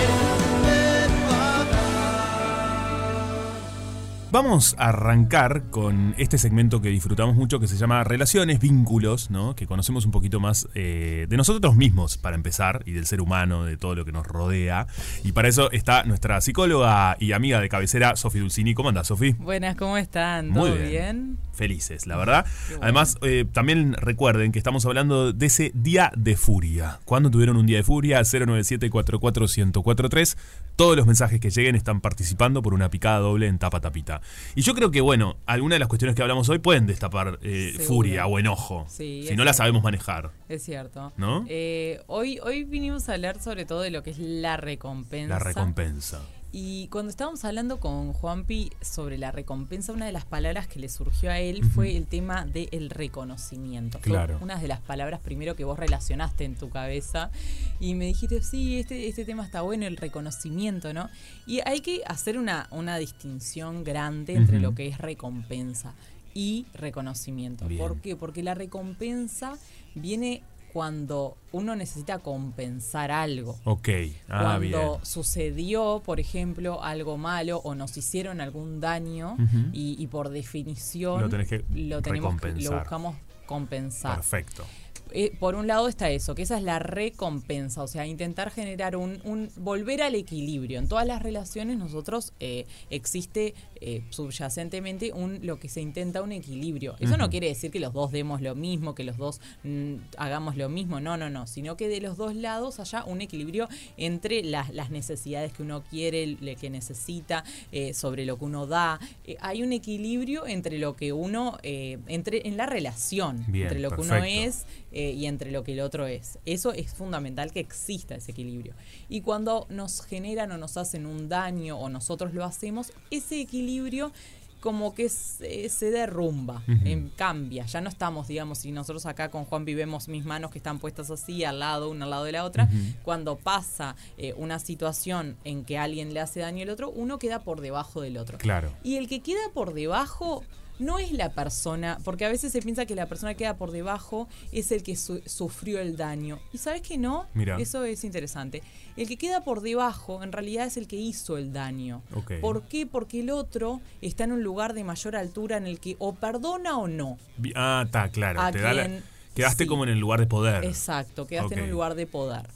Vamos a arrancar con este segmento que disfrutamos mucho que se llama Relaciones, Vínculos, ¿no? Que conocemos un poquito más eh, de nosotros mismos, para empezar, y del ser humano, de todo lo que nos rodea. Y para eso está nuestra psicóloga y amiga de cabecera, Sofi Dulcini. ¿Cómo andás, Sofi?
Buenas, ¿cómo están? ¿Todo
Muy bien. Felices, la verdad. Además, eh, también recuerden que estamos hablando de ese día de furia. ¿Cuándo tuvieron un día de furia? 097-44143. Todos los mensajes que lleguen están participando por una picada doble en tapa tapita. Y yo creo que, bueno, algunas de las cuestiones que hablamos hoy pueden destapar eh,
Seguro.
furia o enojo.
Sí,
si
es
no la
cierto.
sabemos manejar.
Es cierto.
¿No?
Eh, hoy, hoy vinimos a hablar sobre todo de lo que es la recompensa.
La recompensa.
Y cuando estábamos hablando con Juanpi sobre la recompensa, una de las palabras que le surgió a él
Ujú.
fue el tema del reconocimiento. Fue
Claro.
una de las palabras primero que vos relacionaste en tu cabeza. Y me dijiste, sí, este, este tema está bueno, el reconocimiento, ¿no? Y hay que hacer una, una distinción grande entre
Ujú.
lo que es recompensa y reconocimiento.
Bien.
¿Por qué? Porque la recompensa viene cuando uno necesita compensar algo
Ok. Ah,
cuando
bien.
sucedió, por ejemplo, algo malo o nos hicieron algún daño
Ujú.
y, y por definición
Lo tenés que
lo tenemos que- lo
recompensar.
buscamos compensar.
Perfecto.
eh, por un lado está eso, que esa es la recompensa, o sea, intentar generar un, un- volver al equilibrio. En todas las relaciones nosotros eh, existe eh, subyacentemente un lo que se intenta un equilibrio. Eso no
Ujú.
quiere decir que los dos demos lo mismo, que los dos mm, hagamos lo mismo, no, no, no, sino que de los dos lados haya un equilibrio entre las, las necesidades que uno quiere, le que necesita, eh, sobre lo que uno da. Eh, hay un equilibrio entre lo que uno, eh, entre en la relación,
Bien,
entre lo que uno
perfecto.
es eh, y entre lo que el otro es. Eso es fundamental que exista ese equilibrio. Y cuando nos generan o nos hacen un daño o nosotros lo hacemos, ese equilibrio como que se, se derrumba,
Ujú.
em, cambia. Ya no estamos, digamos, si nosotros acá con Juan vivemos mis manos que están puestas así, al lado, una al lado de la otra,
Ujú.
cuando pasa eh, una situación en que alguien le hace daño al otro, uno queda por debajo del otro.
Claro.
Y el que queda por debajo no es la persona, porque a veces se piensa que la persona que queda por debajo es el que su- sufrió el daño. ¿Y sabes que no?
Mirá.
Eso es interesante. El que queda por debajo en realidad es el que hizo el daño.
Ok.
¿Por qué? Porque el otro está en un lugar de mayor altura en el que o perdona o no.
Vi- Ah, está, claro.
A
te da la-
quien-
quedaste
sí.
como en el lugar de poder.
Exacto, quedaste en
Ok.
un lugar de poder.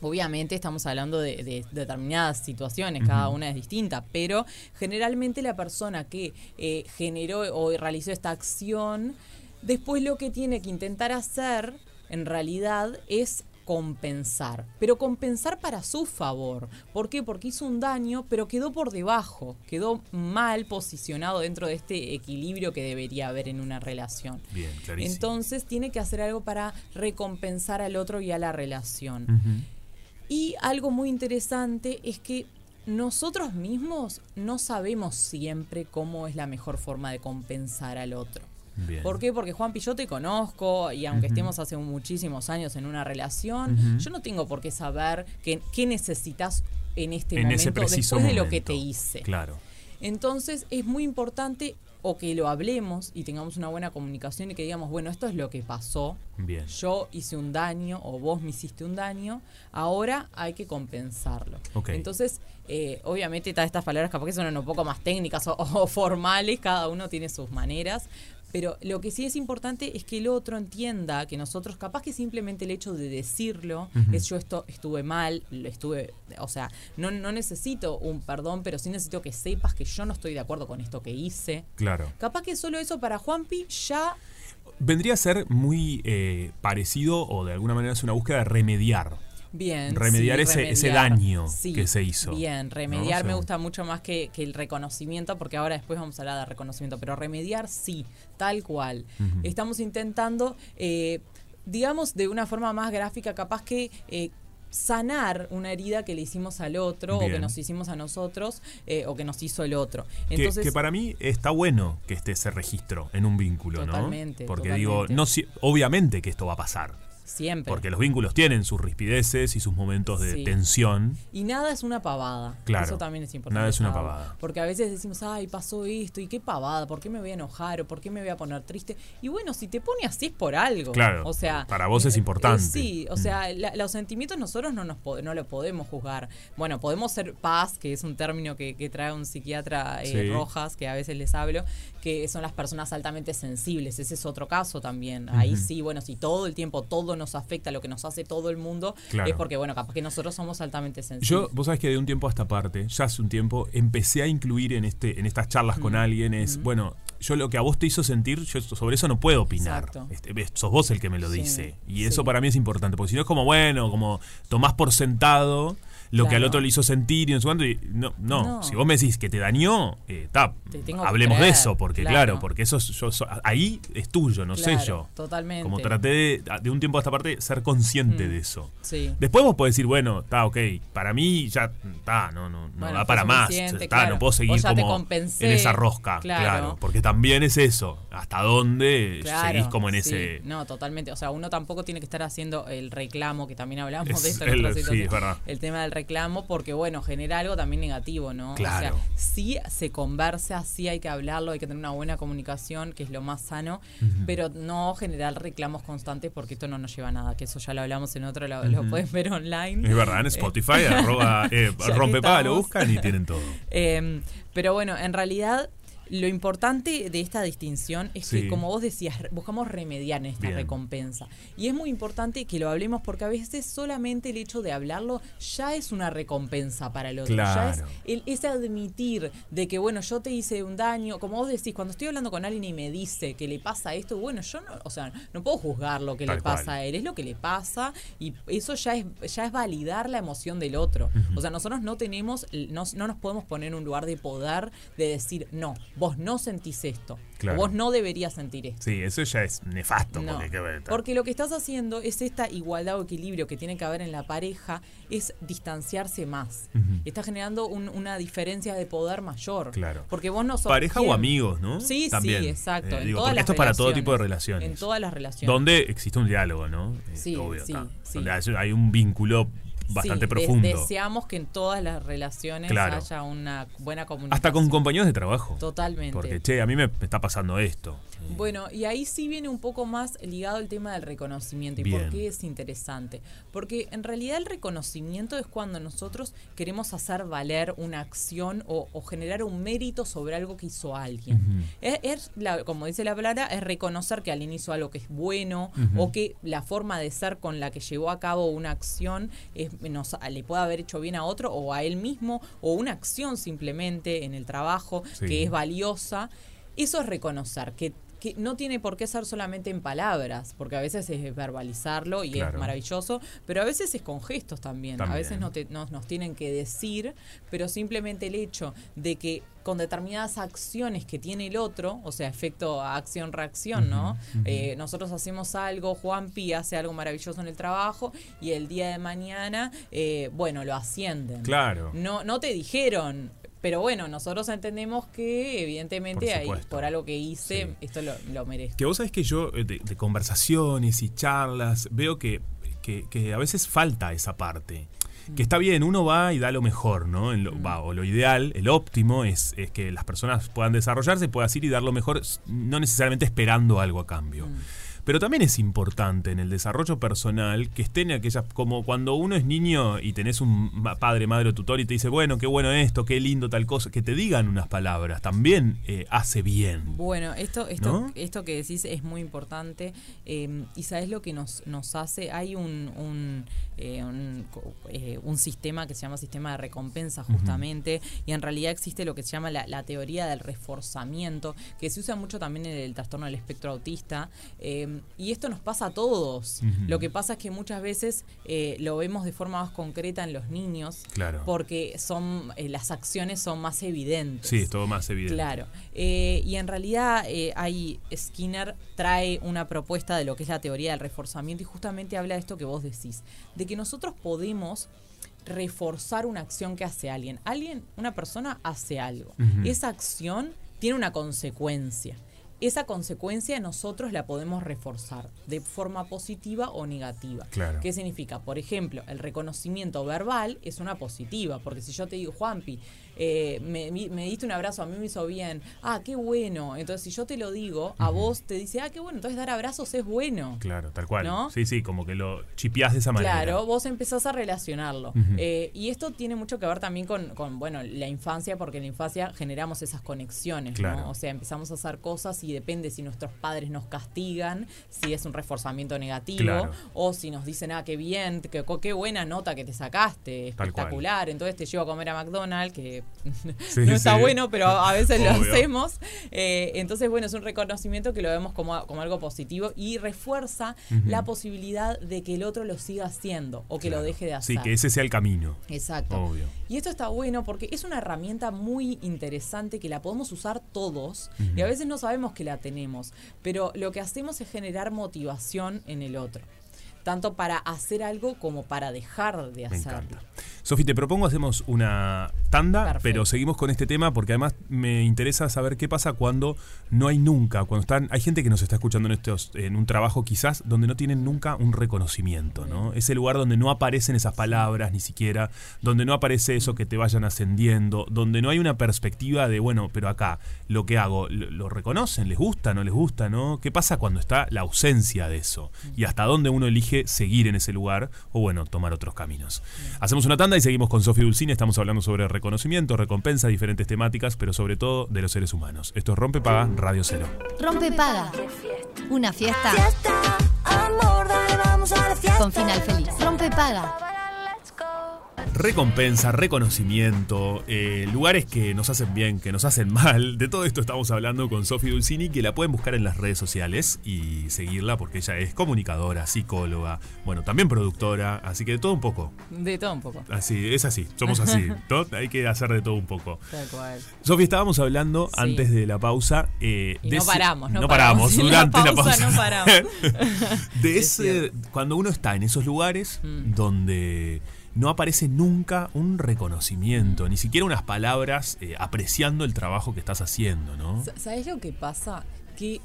Obviamente estamos hablando de, de determinadas situaciones, cada
Ujú.
una es distinta, pero generalmente la persona que eh, generó o realizó esta acción, después lo que tiene que intentar hacer en realidad es compensar, pero compensar para su favor. ¿Por qué? Porque hizo un daño, pero quedó por debajo, quedó mal posicionado dentro de este equilibrio que debería haber en una relación.
Bien, clarísimo.
Entonces tiene que hacer algo para recompensar al otro y a la relación. Y algo muy interesante es que nosotros mismos no sabemos siempre cómo es la mejor forma de compensar al otro.
Bien.
¿Por qué? Porque Juan yo te conozco y aunque
Ujú.
estemos hace muchísimos años en una relación,
Ujú.
yo no tengo por qué saber qué, qué necesitas en este
En
momento
ese preciso
después de lo que
momento.
te hice.
Claro.
Entonces es muy importante o que lo hablemos y tengamos una buena comunicación y que digamos, bueno, esto es lo que pasó.
Bien.
Yo hice un daño o vos me hiciste un daño, ahora hay que compensarlo.
Ok.
Entonces, eh, obviamente todas estas palabras capaz que son un poco más técnicas o, o formales, cada uno tiene sus maneras, pero lo que sí es importante es que el otro entienda que nosotros, capaz que simplemente el hecho de decirlo,
Ujú.
es yo esto estuve mal, lo estuve, o sea, no, no necesito un perdón, pero sí necesito que sepas que yo no estoy de acuerdo con esto que hice.
Claro.
Capaz que solo eso para Juanpi ya
Vendría a ser muy eh, parecido o de alguna manera es una búsqueda de remediar.
Bien.
Remediar
sí,
ese- ese
remediar.
daño
Sí,
que se hizo,
Bien,
¿no?
remediar
O sea-
me gusta mucho más que, que el reconocimiento, porque ahora después vamos a hablar de reconocimiento, pero remediar sí, tal cual.
Ujú.
Estamos intentando, eh, digamos de una forma más gráfica, capaz que... eh, sanar una herida que le hicimos al otro o que
Bien.
nos hicimos a nosotros eh, o que nos hizo el otro.
Que-
Entonces,
que, para mí está bueno que esté ese registro en un vínculo,
Totalmente,
¿no? Porque digo,
totalmente.
no, si- obviamente que esto va a pasar.
siempre.
Porque los vínculos tienen sus rispideces y sus momentos de
Sí.
tensión.
Y nada es una pavada.
Claro.
Eso también es importante.
Nada es una
saberlo.
pavada.
Porque a veces decimos, ay, pasó esto, y qué pavada, ¿por qué me voy a enojar o por qué me voy a poner triste? Y bueno, si te pone así es por algo.
Claro,
O sea,
para vos es
eh, eh,
importante.
sí, o sea, la- los sentimientos nosotros no, nos po- no lo podemos juzgar. Bueno, podemos ser paz, que es un término que, que trae un psiquiatra eh,
Sí.
Rojas, que a veces les hablo, que son las personas altamente sensibles. Ese es otro caso también. Ahí
Ujú.
sí, bueno, si todo el tiempo todo nos afecta, lo que nos hace todo el mundo,
Claro.
es porque, bueno, capaz que nosotros somos altamente sensibles.
Yo, vos sabés que de un tiempo a esta parte, ya hace un tiempo, empecé a incluir en, este, en estas charlas con
Mm.
alguien es, bueno, yo lo que a vos te hizo sentir, yo sobre eso no puedo opinar.
Exacto.
Este, ves, sos vos el que me lo
Sí,
dice. Y eso para mí es importante, porque si no es como, bueno, como tomás por sentado lo que al
Claro.
otro le hizo sentir y no sé cuánto, y no, no,
No.
si vos me decís que te dañó, eh, ta,
Te tengo que
hablemos de
creer,
eso, porque claro,
claro.
porque eso es- yo so- ahí es tuyo, no
Claro,
sé yo.
Totalmente. Mm,
Como traté de, de un tiempo a esta parte ser consciente de eso.
Sí.
Después vos podés decir, bueno, está ok, para mí ya está, no, no, no
Bueno,
da
fue
para más,
suficiente,
está,
claro.
no puedo
O
seguir
ya te
como
compensé,
en esa rosca,
claro.
claro. porque también es eso, hasta dónde
Claro,
seguís como en
sí.
ese...
No, totalmente. O sea, uno tampoco tiene que estar haciendo el reclamo, que también hablamos
Es
de esto. en
el-
otra
sí,
situación.
es verdad.
El tema del reclamo, porque bueno, genera algo también negativo, ¿no?
Claro.
O sea, sí se conversa, sí hay que hablarlo, hay que tener una buena comunicación, que es lo más sano,
Ujú.
pero no generar reclamos constantes porque esto no nos lleva a nada, que eso ya lo hablamos en otro, lo, lo
Ujú.
pueden ver online.
Es verdad, en Spotify, arroba, eh,
Ya que
rompepaga,
estamos.
lo
Mm.
buscan y tienen todo.
Eh, pero bueno, en realidad Lo importante de esta distinción es
Sí.
que, como vos decías, re- buscamos remediar en esta
Bien.
recompensa. Y es muy importante que lo hablemos porque a veces solamente el hecho de hablarlo ya es una recompensa para el otro. Ya es
Claro.
el, es admitir de que, bueno, yo te hice un daño. Como vos decís, cuando estoy hablando con alguien y me dice que le pasa esto, bueno, yo no, o sea, no puedo juzgar lo que
Tal
le pasa
cual.
a él, es lo que le pasa y eso ya es, ya es validar la emoción del otro.
Ujú.
O sea, nosotros no tenemos, no, no nos podemos poner en un lugar de poder de decir, no, vos no sentís esto, o
Claro.
vos no deberías sentir esto.
Sí, eso ya es nefasto.
No,
porque, qué verga.
Porque lo que estás haciendo es esta igualdad o equilibrio que tiene que haber en la pareja, es distanciarse más.
Ujú.
Está generando un- una diferencia de poder mayor.
Claro.
Porque vos no sos.
Pareja
quien-
o amigos, ¿no?
Sí,
También.
sí, exacto.
Eh,
en
digo,
todas
porque
las
esto es para todo tipo de
relaciones,
relaciones.
En todas las relaciones.
Donde existe un diálogo, ¿no? Eh,
Sí,
obvio,
sí,
está.
sí.
Donde hay- hay un vínculo bastante
Sí, de-
profundo.
deseamos que en todas las relaciones
Claro.
haya una buena comunicación.
Hasta con compañeros de trabajo.
Totalmente.
Porque, che, a mí me está pasando esto. Eh.
Bueno, y ahí sí viene un poco más ligado el tema del reconocimiento. ¿Y
Bien.
por qué es interesante? Porque en realidad el reconocimiento es cuando nosotros queremos hacer valer una acción o, o generar un mérito sobre algo que hizo alguien. Es, es la- como dice la palabra, es reconocer que alguien hizo algo que es bueno
Ujú.
o que la forma de ser con la que llevó a cabo una acción es- nos- le puede haber hecho bien a otro o a él mismo o una acción simplemente en el trabajo
Sí.
que es valiosa. Eso es reconocer que que no tiene por qué ser solamente en palabras, porque a veces es verbalizarlo y
Claro.
es maravilloso, pero a veces es con gestos también. A
También.
veces no te- nos- nos tienen que decir, pero simplemente el hecho de que con determinadas acciones que tiene el otro, o sea, efecto acción-reacción, ¿no?
Ujú, ujú.
Eh, nosotros hacemos algo, Juan Pi hace algo maravilloso en el trabajo y el día de mañana, eh, bueno, lo ascienden.
Claro.
No, no te dijeron. Pero bueno, nosotros entendemos que evidentemente
Por
ahí,
supuesto.
por algo que hice, esto lo, lo merezco.
Que vos sabés que yo, eh, de, de conversaciones y charlas, veo que, que- que a veces falta esa parte.
Mm.
Que está bien, uno va y da lo mejor, ¿no? En lo- va, o lo ideal, el óptimo es, es que las personas puedan desarrollarse, puedas ir y dar lo mejor, s- no necesariamente esperando algo a cambio.
Mm.
Pero también es importante en el desarrollo personal que estén aquellas, como cuando uno es niño y tenés un ma- padre, madre o tutor y te dice, bueno, qué bueno esto, qué lindo tal cosa, que te digan unas palabras, también eh, hace bien.
Bueno, esto, esto,
¿No?
esto que decís es muy importante. eh, y sabes lo que nos, nos hace. Hay un, un, eh, un, co- eh, un sistema que se llama sistema de recompensa,
Ujú.
justamente. Y en realidad existe lo que se llama la, la teoría del reforzamiento, que se usa mucho también en el trastorno del espectro autista. eh, y esto nos pasa a todos.
Ujú.
Lo que pasa es que muchas veces eh, lo vemos de forma más concreta en los niños.
Claro.
Porque son, eh, las acciones son más evidentes.
Sí, es todo más evidente.
Claro. Eh, y en realidad eh, ahí Skinner trae una propuesta de lo que es la teoría del reforzamiento y justamente habla de esto que vos decís, de que nosotros podemos reforzar una acción que hace alguien. Alguien, una persona hace algo.
Ujú.
Esa acción tiene una consecuencia. Esa consecuencia nosotros la podemos reforzar de forma positiva o negativa.
Claro.
¿Qué significa? Por ejemplo, el reconocimiento verbal es una positiva, porque si yo te digo, Juanpi, eh, me, me- me diste un abrazo, a mí me hizo bien, ah, qué bueno. Entonces, si yo te lo digo, a vos te dice, ah, qué bueno, entonces dar abrazos es bueno.
Claro, tal cual.
¿No?
Sí, sí, como que lo chipeás de esa manera.
Claro, vos empezás a relacionarlo.
Ujú.
Eh, y esto tiene mucho que ver también con, con, bueno, la infancia, porque en la infancia generamos esas conexiones,
Claro.
¿no? O sea, empezamos a hacer cosas y depende si nuestros padres nos castigan, si es un reforzamiento negativo,
Claro.
o si nos dicen, ah, qué bien, qué, qué buena nota que te sacaste,
Tal cual.
espectacular. Entonces te llevo a comer a McDonald's, que
Sí,
no está
sí.
bueno, pero a a veces lo
Obvio.
hacemos tenemos. Eh, entonces, bueno, es un reconocimiento que lo vemos como, como algo positivo y refuerza
Ujú.
la posibilidad de que el otro lo siga haciendo o que lo deje de hacer.
Sí, que ese sea el camino.
Exacto.
Obvio.
Y esto está bueno porque es una herramienta muy interesante que la podemos usar todos
Ujú.
y a veces no sabemos que la tenemos, pero lo que hacemos es generar motivación en el otro, tanto para hacer algo como para dejar de
Me
hacerlo.
Sofi, te propongo hacemos una tanda,
Perfecto.
pero seguimos con este tema porque además me interesa saber qué pasa cuando no hay nunca, cuando están, hay gente que nos está escuchando en estos, en un trabajo quizás donde no tienen nunca un reconocimiento, ¿no? Ese lugar donde no aparecen esas palabras ni siquiera, donde no aparece eso que te vayan ascendiendo, donde no hay una perspectiva de bueno, pero acá lo que hago, lo, lo reconocen, les gusta, no les gusta, ¿no? ¿Qué pasa cuando está la ausencia de eso y hasta dónde uno elige seguir en ese lugar o bueno tomar otros caminos? Hacemos una una tanda y seguimos con Sofi Dulcine. Estamos hablando sobre reconocimiento, recompensa, diferentes temáticas, pero sobre todo de los seres humanos. Esto es Rompe Paga Radio Cero.
Rompe paga. Una fiesta. Con final feliz. Rompe paga.
Recompensa, reconocimiento, eh, lugares que nos hacen bien, que nos hacen mal. De todo esto estamos hablando con Sofi Dulcini, que la pueden buscar en las redes sociales y seguirla porque ella es comunicadora, psicóloga, bueno, también productora, así que de todo un poco.
De todo un poco.
Así, es así, somos así, ¿no? Hay que hacer de todo un poco.
Tal cual.
Sofi, estábamos hablando antes de la pausa. eh,
Y
de
no
ese-
paramos, no
no paramos.
paramos. En la
durante la pausa,
pausa no paramos. Mm.
de ese, cuando uno está en esos lugares donde no aparece nunca un reconocimiento, ni siquiera unas palabras eh, apreciando el trabajo que estás haciendo, ¿no?
Sa- ¿Sabes lo que pasa? Que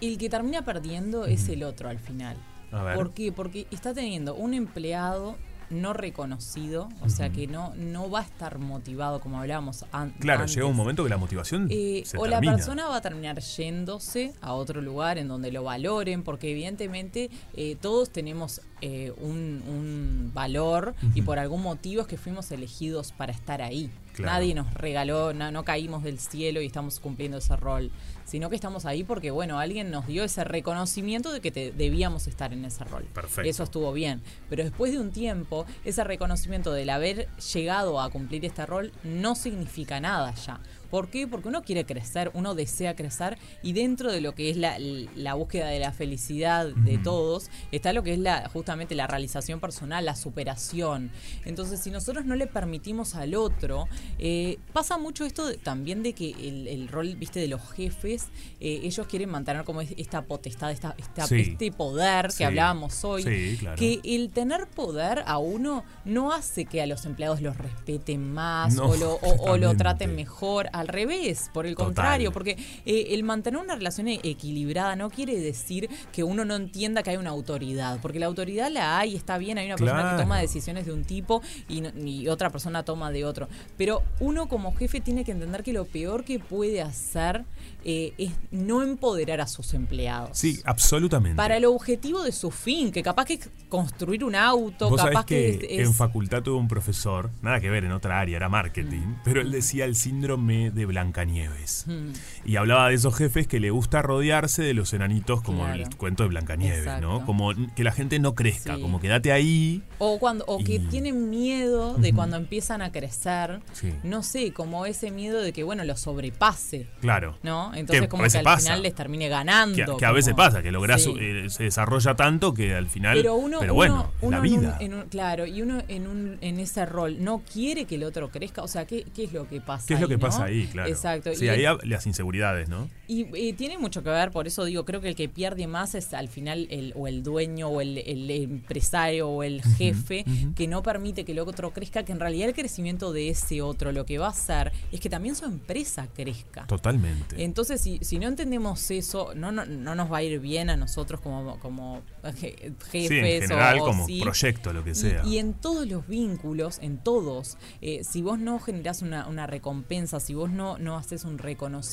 el que termina perdiendo es el otro al final.
A ver.
¿Por qué? Porque está teniendo un empleado no reconocido, o sea
Ujú.
que no, no va a estar motivado como hablábamos an-
Claro,
antes.
llega un momento que la motivación
Eh,
se
o
termina.
la persona va a terminar yéndose a otro lugar en donde lo valoren, porque evidentemente eh, todos tenemos eh, un, un valor y
Ujú.
por algún motivo es que fuimos elegidos para estar ahí.
Claro.
Nadie nos regaló, no, no caímos del cielo y estamos cumpliendo ese rol, sino que estamos ahí porque, bueno, alguien nos dio ese reconocimiento de que te- debíamos estar en ese rol.
Perfecto.
Eso estuvo bien. Pero después de un tiempo, ese reconocimiento del haber llegado a cumplir este rol no significa nada ya. ¿Por qué? Porque uno quiere crecer, uno desea crecer y dentro de lo que es la, la búsqueda de la felicidad de
Ujú.
todos está lo que es la, justamente la realización personal, la superación. Entonces, si nosotros no le permitimos al otro, eh, pasa mucho esto de- también de que el, el rol, viste, de los jefes, eh, ellos quieren mantener como es- esta potestad, esta, esta-
Sí.
este poder que
Sí.
hablábamos hoy,
Sí, claro.
que el tener poder a uno no hace que a los empleados los respeten más
No,
o, lo, o- o lo
exactamente.
traten mejor, al revés, por el
Total.
contrario, porque eh, el mantener una relación e- equilibrada no quiere decir que uno no entienda que hay una autoridad, porque la autoridad la hay, está bien, hay una persona
Claro.
que toma decisiones de un tipo y, no- y otra persona toma de otro, pero uno como jefe tiene que entender que lo peor que puede hacer eh, es no empoderar a sus empleados.
Sí, absolutamente.
Para el objetivo de su fin, que capaz que es construir un auto,
Vos
capaz
sabés que,
es-
en facultad tuve un profesor, nada que ver en otra área, era marketing, pero él decía el síndrome de Blancanieves.
Mm.
Y hablaba de esos jefes que le gusta rodearse de los enanitos, como
Claro.
el cuento de Blancanieves,
Exacto.
¿no? Como que la gente no crezca, como quédate ahí.
O, cuando, o que
Y-
tienen miedo de
Ujú.
cuando empiezan a crecer,
Sí.
no sé, como ese miedo de que, bueno, lo sobrepase,
Claro.
¿no? Entonces
Que a
como que
veces
al
pasa.
final les termine
Que,
ganando.
que a veces
como-
pasa, que lográs,
Sí.
eh, se desarrolla tanto que al final.
Pero uno, uno-
bueno,
uno
la
en un-
vida.
En un, claro, y uno en, un, en ese rol no quiere que el otro crezca. O sea, ¿qué, qué es lo que pasa
¿Qué es lo que
ahí, no?
pasa ahí? Claro.
Exacto.
Sí,
y
ahí hab- las inseguridades, ¿no?
Y, eh, tiene mucho que ver, por eso digo, creo que el que pierde más es al final el, o el dueño o el, el empresario o el jefe
ujú.
que no permite que el otro crezca, que en realidad el crecimiento de ese otro lo que va a hacer es que también su empresa crezca.
Totalmente.
Entonces, si, si no entendemos eso, no, no, no nos va a ir bien a nosotros como, como eh, je- jefes
sí, en
o-
general,
o
como
sí.
proyecto, lo que
Y-
sea.
Y, en todos los vínculos, en todos, eh, si vos no generás una, una recompensa, si vos no, no haces un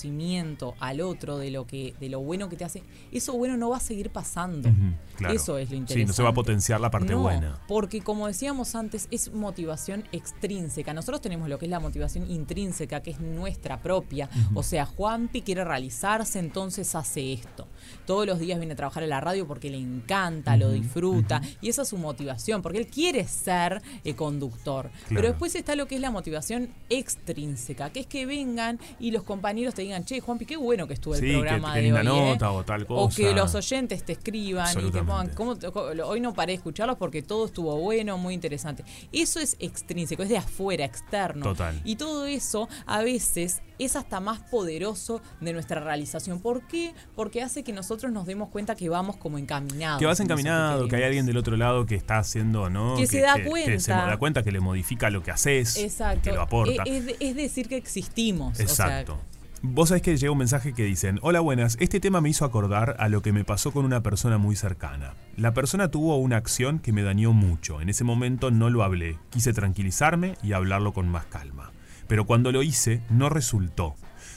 reconocimiento al otro de lo que, de lo bueno que te hace, eso bueno no va a seguir pasando.
Ujú, claro.
Eso es lo interesante.
Sí, no se va a potenciar la parte
No,
buena.
Porque como decíamos antes, es motivación extrínseca. Nosotros tenemos lo que es la motivación intrínseca, que es nuestra propia.
Ujú.
O sea, Juanpi quiere realizarse, entonces hace esto. Todos los días viene a trabajar a la radio porque le encanta, lo
Ujú,
disfruta. Y esa es su motivación, porque él quiere ser eh, conductor. Pero
Claro.
después está lo que es la motivación extrínseca, que es que vengan y los compañeros te digan, che, Juanpi, qué bueno que estuvo el
Sí, que
programa
te
de hoy.
den la
¿eh".
nota o tal
O que
cosa.
los oyentes te escriban y te
Absolutamente.
pongan, ¿cómo te- co- lo- hoy no paré de escucharlos porque todo estuvo bueno, muy interesante. Eso es extrínseco, es de afuera, externo.
Total.
Y todo eso a veces es hasta más poderoso de nuestra realización. ¿Por qué? Porque hace que nosotros nos demos cuenta que vamos como encaminados.
Que vas
en eso
encaminado, que hay alguien del otro lado que está haciendo, ¿no?
Que se da
Que se
cuenta.
da cuenta que le modifica lo que haces,
Exacto. E-
que lo aporta.
Es, es- es decir que existimos.
Exacto.
O sea,
Vos sabés que llega un mensaje que dicen, hola buenas, este tema me hizo acordar a lo que me pasó con una persona muy cercana. La persona tuvo una acción que me dañó mucho, en ese momento no lo hablé, quise tranquilizarme y hablarlo con más calma. Pero cuando lo hice, no resultó.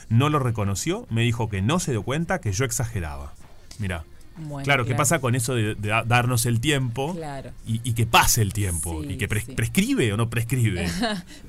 No lo reconoció, me dijo que no se dio cuenta que yo exageraba. Mirá,
Bueno,
claro, ¿qué pasa con eso de, de da- darnos el tiempo?
Claro.
Y, y que pase el tiempo.
Sí,
y que pres-
sí.
prescribe o no prescribe.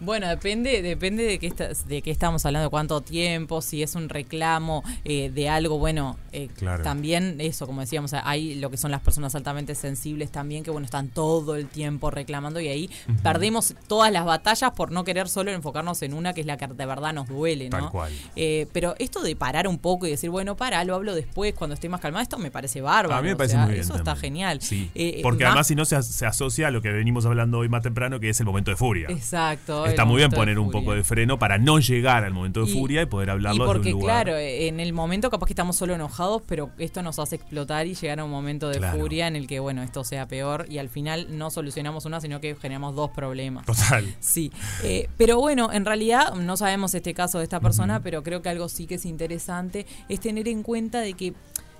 bueno, depende, depende de qué estás- de qué estamos hablando, cuánto tiempo, si es un reclamo eh, de algo, bueno, eh,
Claro.
también eso, como decíamos, hay lo que son las personas altamente sensibles también, que bueno, están todo el tiempo reclamando y ahí
Ujú.
perdemos todas las batallas por no querer solo enfocarnos en una que es la que de verdad nos duele, ¿no?
Tal cual.
Eh, pero esto de parar un poco y decir, bueno, para, lo hablo después, cuando esté más calmada, esto me parece bárbaro.
A mí me
o
parece
sea,
muy bien
Eso está
también.
genial.
Sí.
Eh,
Porque
más-
además, si no, se, as- se asocia a lo que venimos hablando hoy más temprano, que es el momento de furia.
Exacto.
Está
el
muy bien
momento de
poner un
furia.
poco de freno para no llegar al momento de
Y-
furia y poder
Y
hablarlo desde
porque,
un lugar.
claro, eh, en el momento capaz que estamos solo enojados, pero esto nos hace explotar y llegar a un momento de
Claro.
furia en el que, bueno, esto sea peor y al final no solucionamos una, sino que generamos dos problemas.
Total.
Sí. Eh, pero bueno, en realidad no sabemos este caso de esta persona, pero creo que algo sí que es interesante es tener en cuenta de que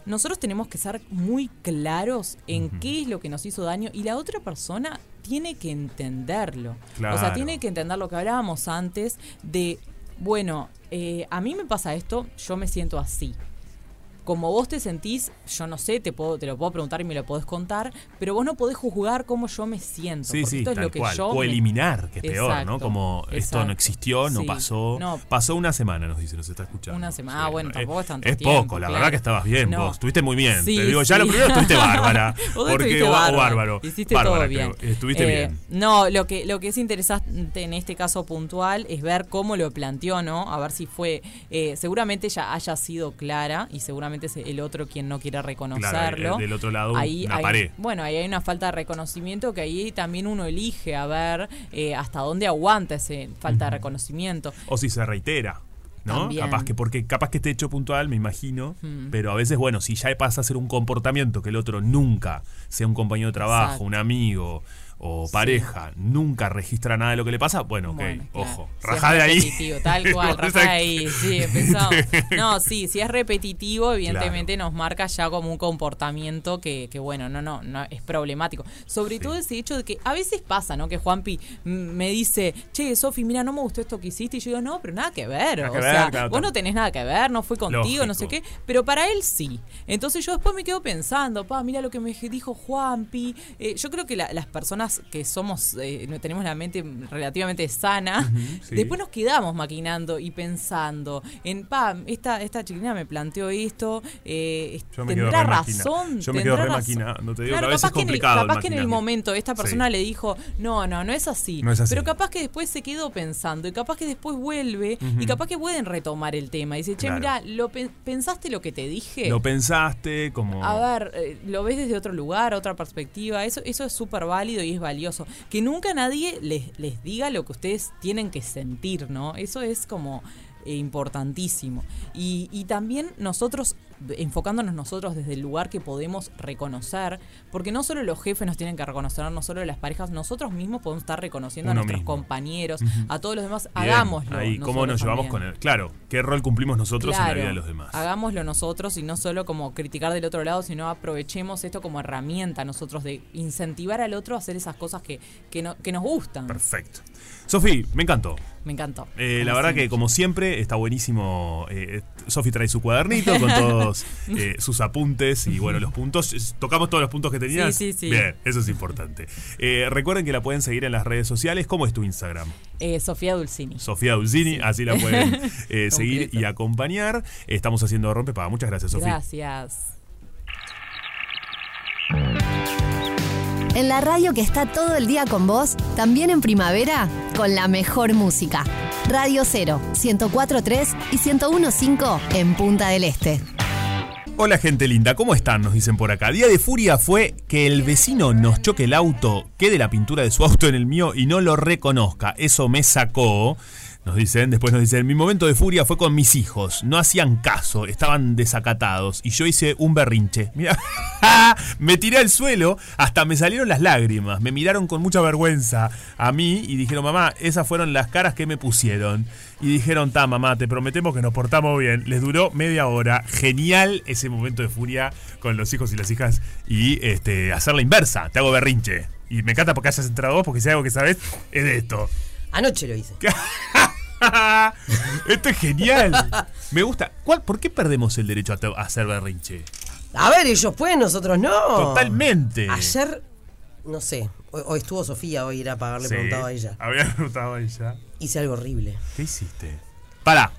nosotros tenemos que ser muy claros en qué es lo que nos hizo daño y la otra persona tiene que entenderlo. O sea,
Claro.
tiene que entender lo que hablábamos antes de, bueno, eh, a mí me pasa esto, yo me siento así como vos te sentís, yo no sé, te, puedo, te lo puedo preguntar y me lo podés contar, pero vos no podés juzgar cómo yo me siento.
Sí,
porque
sí,
esto es
tal
lo que
cual.
yo
o
me-
eliminar, que es peor, ¿no?
Exacto,
Como esto
exacto.
no existió, no
Sí,
pasó.
no.
Pasó una semana, nos dice, nos está escuchando.
Una semana. Ah, bueno, tampoco es tanto
Es
tiempo,
poco, la
claro.
verdad que estabas bien,
No.
vos. Estuviste muy bien.
Sí,
Te digo, ya
sí.
lo primero estuviste bárbara.
Vos
porque,
estuviste
o- o
bárbara.
bárbaro.
Hiciste
Bárbara,
todo bien.
creo. Estuviste
Eh,
bien.
No, lo que, lo que es interesante en este caso puntual es ver cómo lo planteó, ¿no? A ver si fue. eh, seguramente ella haya sido clara y seguramente es el otro quien no quiera reconocerlo.
el eh, del otro lado,
ahí,
una
hay-
pared.
Bueno, ahí hay una falta de reconocimiento que ahí también uno elige a ver eh, hasta dónde aguanta esa falta de reconocimiento.
O si se reitera. ¿no?
También.
Capaz que porque capaz que esté hecho puntual, me imagino,
Mm.
pero a veces bueno, si ya pasa a ser un comportamiento que el otro nunca, sea un compañero de trabajo,
Exacto.
un amigo o pareja, nunca registra nada de lo que le pasa, bueno, ok, ojo,
Si
rajá
es
de ahí.
repetitivo, Tal cual,
Vos
rajá de ahí. Sí, empezó.
Te-
No, sí, si es repetitivo, evidentemente nos marca ya como un comportamiento que, que, bueno, no, no, no, es problemático. Sobre todo ese hecho de que a veces pasa, ¿no? Que Juanpi mm, me dice, che, Sofi, mira, no me gustó esto que hiciste. Y yo digo, no, pero nada que ver.
Nada
o
que ver,
sea,
claro,
vos no
tam-
tenés nada que ver, no fue contigo, no sé qué.
Lógico.
Pero para él sí. Entonces yo después me quedo pensando, pa, mira lo que me dijo Juanpi. Eh, yo creo que la- las personas que somos, eh, no tenemos la mente relativamente sana,
Ujú, sí.
después nos quedamos maquinando y pensando en, pa, esta, esta chiquina me planteó esto, eh,
Yo me quedo
tendrá
re maquina.
razón.
Yo me
tendrá
quedo re
razón.
maquinando, te digo
Claro,
que a veces
capaz
es
que en el-
complicado el
capaz que en el
maquinaje.
momento esta
Sí.
persona le dijo, no, no, no es, así.
No es así.
Pero capaz que después se quedó pensando y capaz que después vuelve
Ujú.
y capaz que pueden retomar el tema. Dice, che,
Claro.
mirá, ¿lo pen- ¿pensaste lo que te dije?
Lo pensaste como
A ver, eh, lo ves desde otro lugar, otra perspectiva. Eso, eso es súper válido y es valioso. Que nunca nadie les, les diga lo que ustedes tienen que sentir, ¿no? Eso es como eh, importantísimo. Y, y también nosotros, enfocándonos nosotros desde el lugar que podemos reconocer, porque no solo los jefes nos tienen que reconocer, no solo las parejas, nosotros mismos podemos estar reconociendo
Uno
a nuestros
mismo.
compañeros,
Ujú.
a todos los demás,
Bien,
hagámoslo.
Ahí cómo nos
nosotros
llevamos
también.
con él. Claro, qué rol cumplimos nosotros en la
Claro,
vida de los demás.
Hagámoslo nosotros y no solo como criticar del otro lado, sino aprovechemos esto como herramienta nosotros de incentivar al otro a hacer esas cosas que, que, no- que nos gustan.
Perfecto. Sofi, me encantó.
Me encantó.
Eh, la
Como
verdad
siempre.
que, como siempre, está buenísimo. eh, Sofi trae su cuadernito con todos eh, sus apuntes y, bueno, los puntos. Es- ¿Tocamos todos los puntos que tenías?
Sí, sí, sí.
Bien, eso es importante. Eh, recuerden que la pueden seguir en las redes sociales. ¿Cómo es tu Instagram?
Eh, Sofía Dulcini.
Sofía Dulcini, así la pueden eh,
Completo.
seguir y acompañar. Estamos haciendo Rompe Paga. Muchas gracias, Sofía.
Gracias.
En la radio que está todo el día con vos, también en primavera, con la mejor música. Radio 0, 104.3 y 101.5 en Punta del Este.
Hola gente linda, ¿cómo están? Nos dicen por acá. Día de furia fue que el vecino nos choque el auto, quede la pintura de su auto en el mío y no lo reconozca. Eso me sacó. Nos dicen, después nos dicen, mi momento de furia fue con mis hijos. No hacían caso, estaban desacatados y yo hice un berrinche. Mira, me tiré al suelo, hasta Ah, me salieron las lágrimas. Me miraron con mucha vergüenza a mí y dijeron, mamá, esas fueron las caras que me pusieron. Y dijeron, ta, mamá, te prometemos que nos portamos bien. Les duró media hora. Genial ese momento de furia con los hijos y las hijas. Y este, hacer la inversa. Te hago berrinche. Y me encanta porque hayas entrado vos, porque si hay algo que sabes, es de esto.
Anoche lo hice.
Esto es genial. Me gusta. ¿Cuál, ¿Por qué perdemos el derecho a, te- a hacer berrinche?
A ver, ellos pueden, nosotros no.
Totalmente.
Ayer, no sé, hoy, hoy estuvo Sofía, hoy era a pagarle
Sí,
preguntado a ella.
Había preguntado a ella.
Hice algo horrible.
¿Qué hiciste? Pará.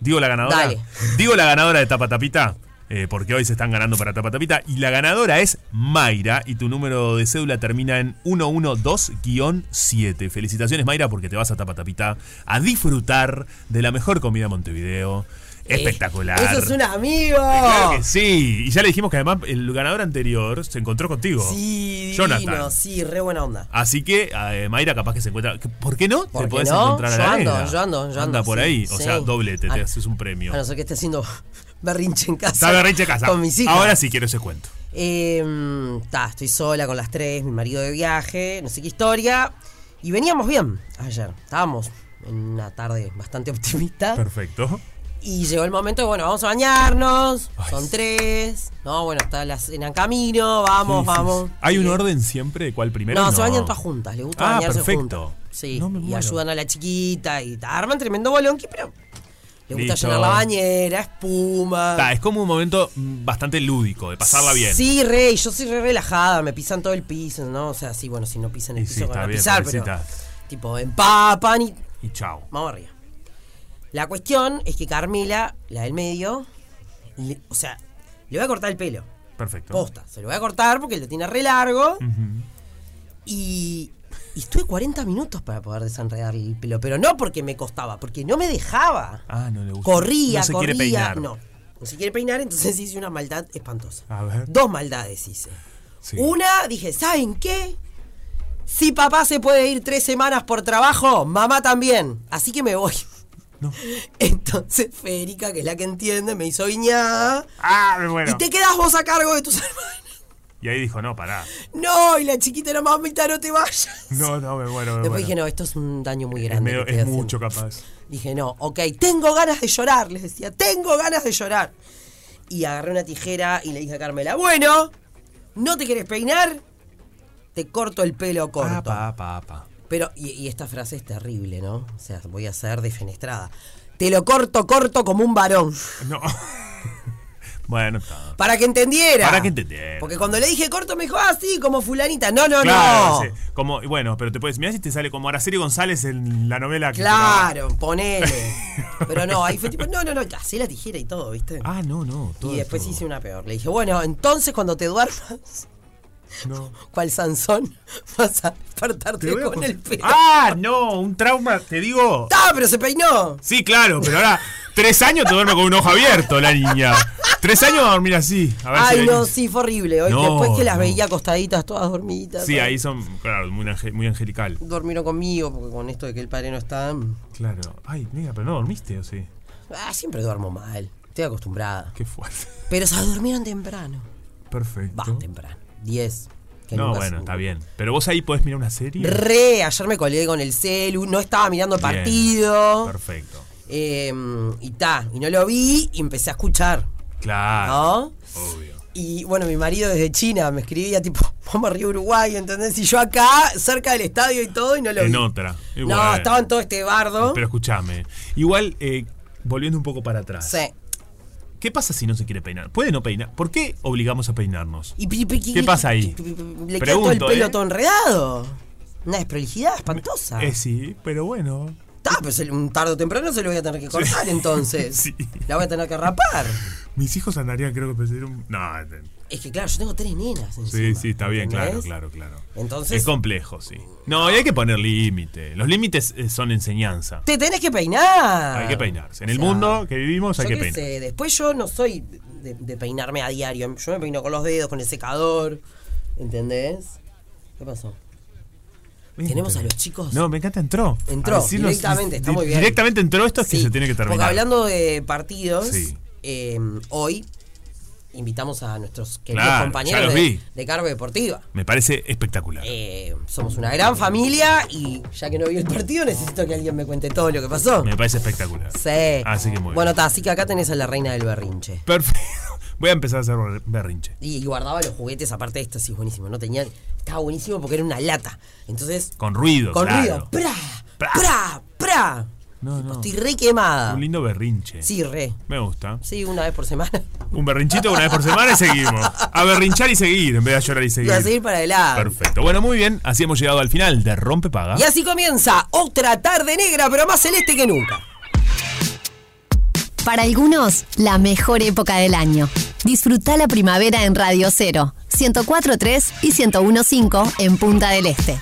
Digo la ganadora.
Dale.
Digo la ganadora de Tapa Tapita. eh, porque hoy se están ganando para Tapa Tapita. Y la ganadora es Mayra. Y tu número de cédula termina en 112-7. Felicitaciones, Mayra, porque te vas a Tapa Tapita a disfrutar de la mejor comida de Montevideo. Espectacular.
Eso es un amigo.
Claro que sí. Y ya le dijimos que además el ganador anterior se encontró contigo.
Sí, divino,
Oh. Jonathan.
sí, re buena onda.
Así que, eh, Mayra, capaz que se encuentra. que- ¿Por qué no?
¿Por
te
qué
podés
no?
encontrar a la
Yo ando,
nena.
yo ando, yo
Anda
ando,
por
sí,
ahí. O
sí.
sea, doblete, te
Ah.
haces un premio.
A no ser que esté haciendo berrinche en casa.
Está berrinche casa.
Con mis hijas.
Ahora sí quiero ese cuento.
Eh, mm, ta, estoy sola con las tres, mi marido de viaje, no sé qué historia. Ah, Y veníamos bien ayer. Estábamos en una tarde bastante optimista.
Perfecto.
Y llegó el momento de, bueno, vamos a bañarnos. Son tres. No, bueno, está la cena en camino. Vamos,
Sí, sí,
vamos.
sí. ¿Hay un orden siempre de cuál primero?
no, se bañan todas juntas. Le gusta
Ah,
bañarse
perfecto.
juntas. Sí. y
muero.
ayudan a la chiquita. Y ta, arman tremendo bolonqui, pero le gusta
Listo.
llenar la bañera, espuma.
Ta, es como un momento mm, bastante lúdico, de pasarla bien.
Sí, re, y yo soy re relajada, me pisan todo el piso, ¿no? O sea, sí, bueno, si no pisan el
sí,
piso van
está
a
bien,
pisar, pero
pobrecita.
tipo empapan y
Y chao.
vamos arriba. La cuestión es que Carmela, la del medio, le- o sea, le voy a cortar el pelo.
Perfecto.
Posta, se lo voy a cortar porque lo tiene re largo y, y estuve 40 minutos para poder desenredar el pelo, pero no porque me costaba, porque no me dejaba.
Ah, no le gusta.
Corría,
no se
corría,
Quiere peinar.
no. No se quiere peinar, entonces hice una maldad espantosa.
A ver.
Dos maldades hice.
Sí.
Una, dije, ¿saben qué? Si papá se puede ir tres semanas por trabajo, mamá también. Así que me voy. Entonces Federica, que es la que entiende, me hizo viñada.
Ah, me muero.
Y te quedas vos a cargo de tus hermanos.
Y ahí dijo, no, pará.
No, y la chiquita era mamita, no te vayas.
No, no, me muero, me
Después
muero.
dije, no, esto es un daño muy
es
grande.
medio-
que
es
estoy haciendo.
mucho capaz.
Dije, no, ok, tengo ganas de llorar, les decía, tengo ganas de llorar. Y agarré una tijera y le dije a Carmela, bueno, ¿no te querés peinar? Te corto el pelo
Ah,
corto. Pero, y, y esta frase es terrible, ¿no? O sea, voy a ser defenestrada. Te lo corto, corto como un varón.
No. Bueno, está.
Para que entendiera.
Para que entender.
Porque cuando le dije corto me dijo, ah, sí, como fulanita. No, no,
Claro,
no.
sí. Como, bueno, pero te puedes. Mirá si te sale como Araceli González en la novela que
Claro, ponele. Pero no, ahí fue tipo, no, no, no, así la tijera y todo, ¿viste?
Ah, no, no. todo,
y después
todo.
hice una peor. Le dije, bueno, entonces cuando te duermas,
No.
cual Sansón, vas a despertarte
Te voy a
con el pelo.
Ah, no, un trauma, te digo.
¡Ah, pero se peinó!
Sí, claro, pero ahora tres años te duerme con un ojo abierto la niña. Tres años va a dormir así. A ver si
Ay,
le-
no, sí, fue horrible. Hoy,
No,
después que las
no.
veía acostaditas, todas dormiditas.
Sí,
todas-
ahí son, claro, muy, ange- muy angelical.
Dormieron conmigo, porque con esto de que el padre no está. mm,
Claro. Ay, mira, pero no dormiste, ¿o sí?
Ah, siempre duermo mal. Estoy acostumbrada.
Qué fuerte.
Pero se durmieron temprano.
Perfecto.
Va, temprano. 10. que
No,
nunca
bueno,
se-
está bien. Pero vos ahí podés mirar una serie.
Re, ayer me colgué con el celu, no estaba mirando el
Bien,
partido.
Perfecto.
Eh, y ta, y no lo vi y empecé a escuchar,
Claro.
¿no? Y bueno, mi marido desde China me escribía tipo, vamos arriba a Uruguay, ¿entendés? Y yo acá, cerca del estadio y todo, y no lo
En
vi.
otra. Y
no,
bueno.
estaba en todo este bardo.
Pero escúchame. Igual, eh, volviendo un poco para atrás.
Sí.
¿Qué pasa si no se quiere peinar? ¿Puede no peinar? ¿Por qué obligamos a peinarnos?
Y pi- pi-
¿Qué pasa ahí?
pi- pi- pi- Le queda todo el
Pregunto,
pelo
¿eh?
todo enredado. Una desprolijidad espantosa.
Eh, sí, pero bueno.
Ta, pero se- un tarde o temprano se lo voy a tener que cortar entonces. La voy a tener que rapar.
Mis hijos andarían, creo que pensé un. No, eh,
Es que claro, yo tengo tres nenas.
sí, sí, está bien, claro,
¿entendés?
claro, claro.
Entonces-
Es complejo, sí. No, y hay que poner límite. Los límites eh, son enseñanza.
Te tenés que peinar.
Hay que peinarse. En
O
el
sea,
mundo que vivimos hay
yo
que
qué
peinar.
sé, después yo no soy de, de peinarme a diario. Yo me peino con los dedos, con el secador. ¿Entendés? ¿Qué pasó? Tenemos a los chicos.
No, me encanta, entró.
Entró,
A decirnos-
directamente, está
di-
muy bien.
Directamente entró esto, es que se tiene que terminar.
Porque hablando de partidos,
Sí.
eh, hoy invitamos a nuestros queridos
Claro, ya
compañeros
los
de,
vi.
de Cargo Deportiva.
Me parece espectacular.
Eh, somos una gran familia y ya que no vi el partido, necesito que alguien me cuente todo lo que pasó.
Me parece espectacular.
Sí.
Así que muy bien.
Bueno, ta, así que acá tenés a la reina del berrinche.
Perfecto. Voy a empezar a hacer berr- berrinche.
Y, y guardaba los juguetes, aparte de esto, sí, buenísimo. No tenía. Estaba buenísimo porque era una lata. Entonces.
Con ruido,
Con
claro.
ruido. ¡Pra! ¡Pra! ¡Pra!
No, no.
Estoy re quemada.
Un lindo berrinche.
Sí, re.
Me gusta.
Sí, una vez por semana.
Un berrinchito una vez por semana y seguimos. A berrinchar y seguir, en vez de a llorar y
Y
seguir.
a seguir para adelante.
Perfecto. Bueno, muy bien. Así hemos llegado al final de Rompe Paga.
Y así comienza otra tarde negra, pero más celeste que nunca.
Para algunos, la mejor época del año. Disfruta la primavera en Radio Cero, 104.3 y 101.5 en Punta del Este.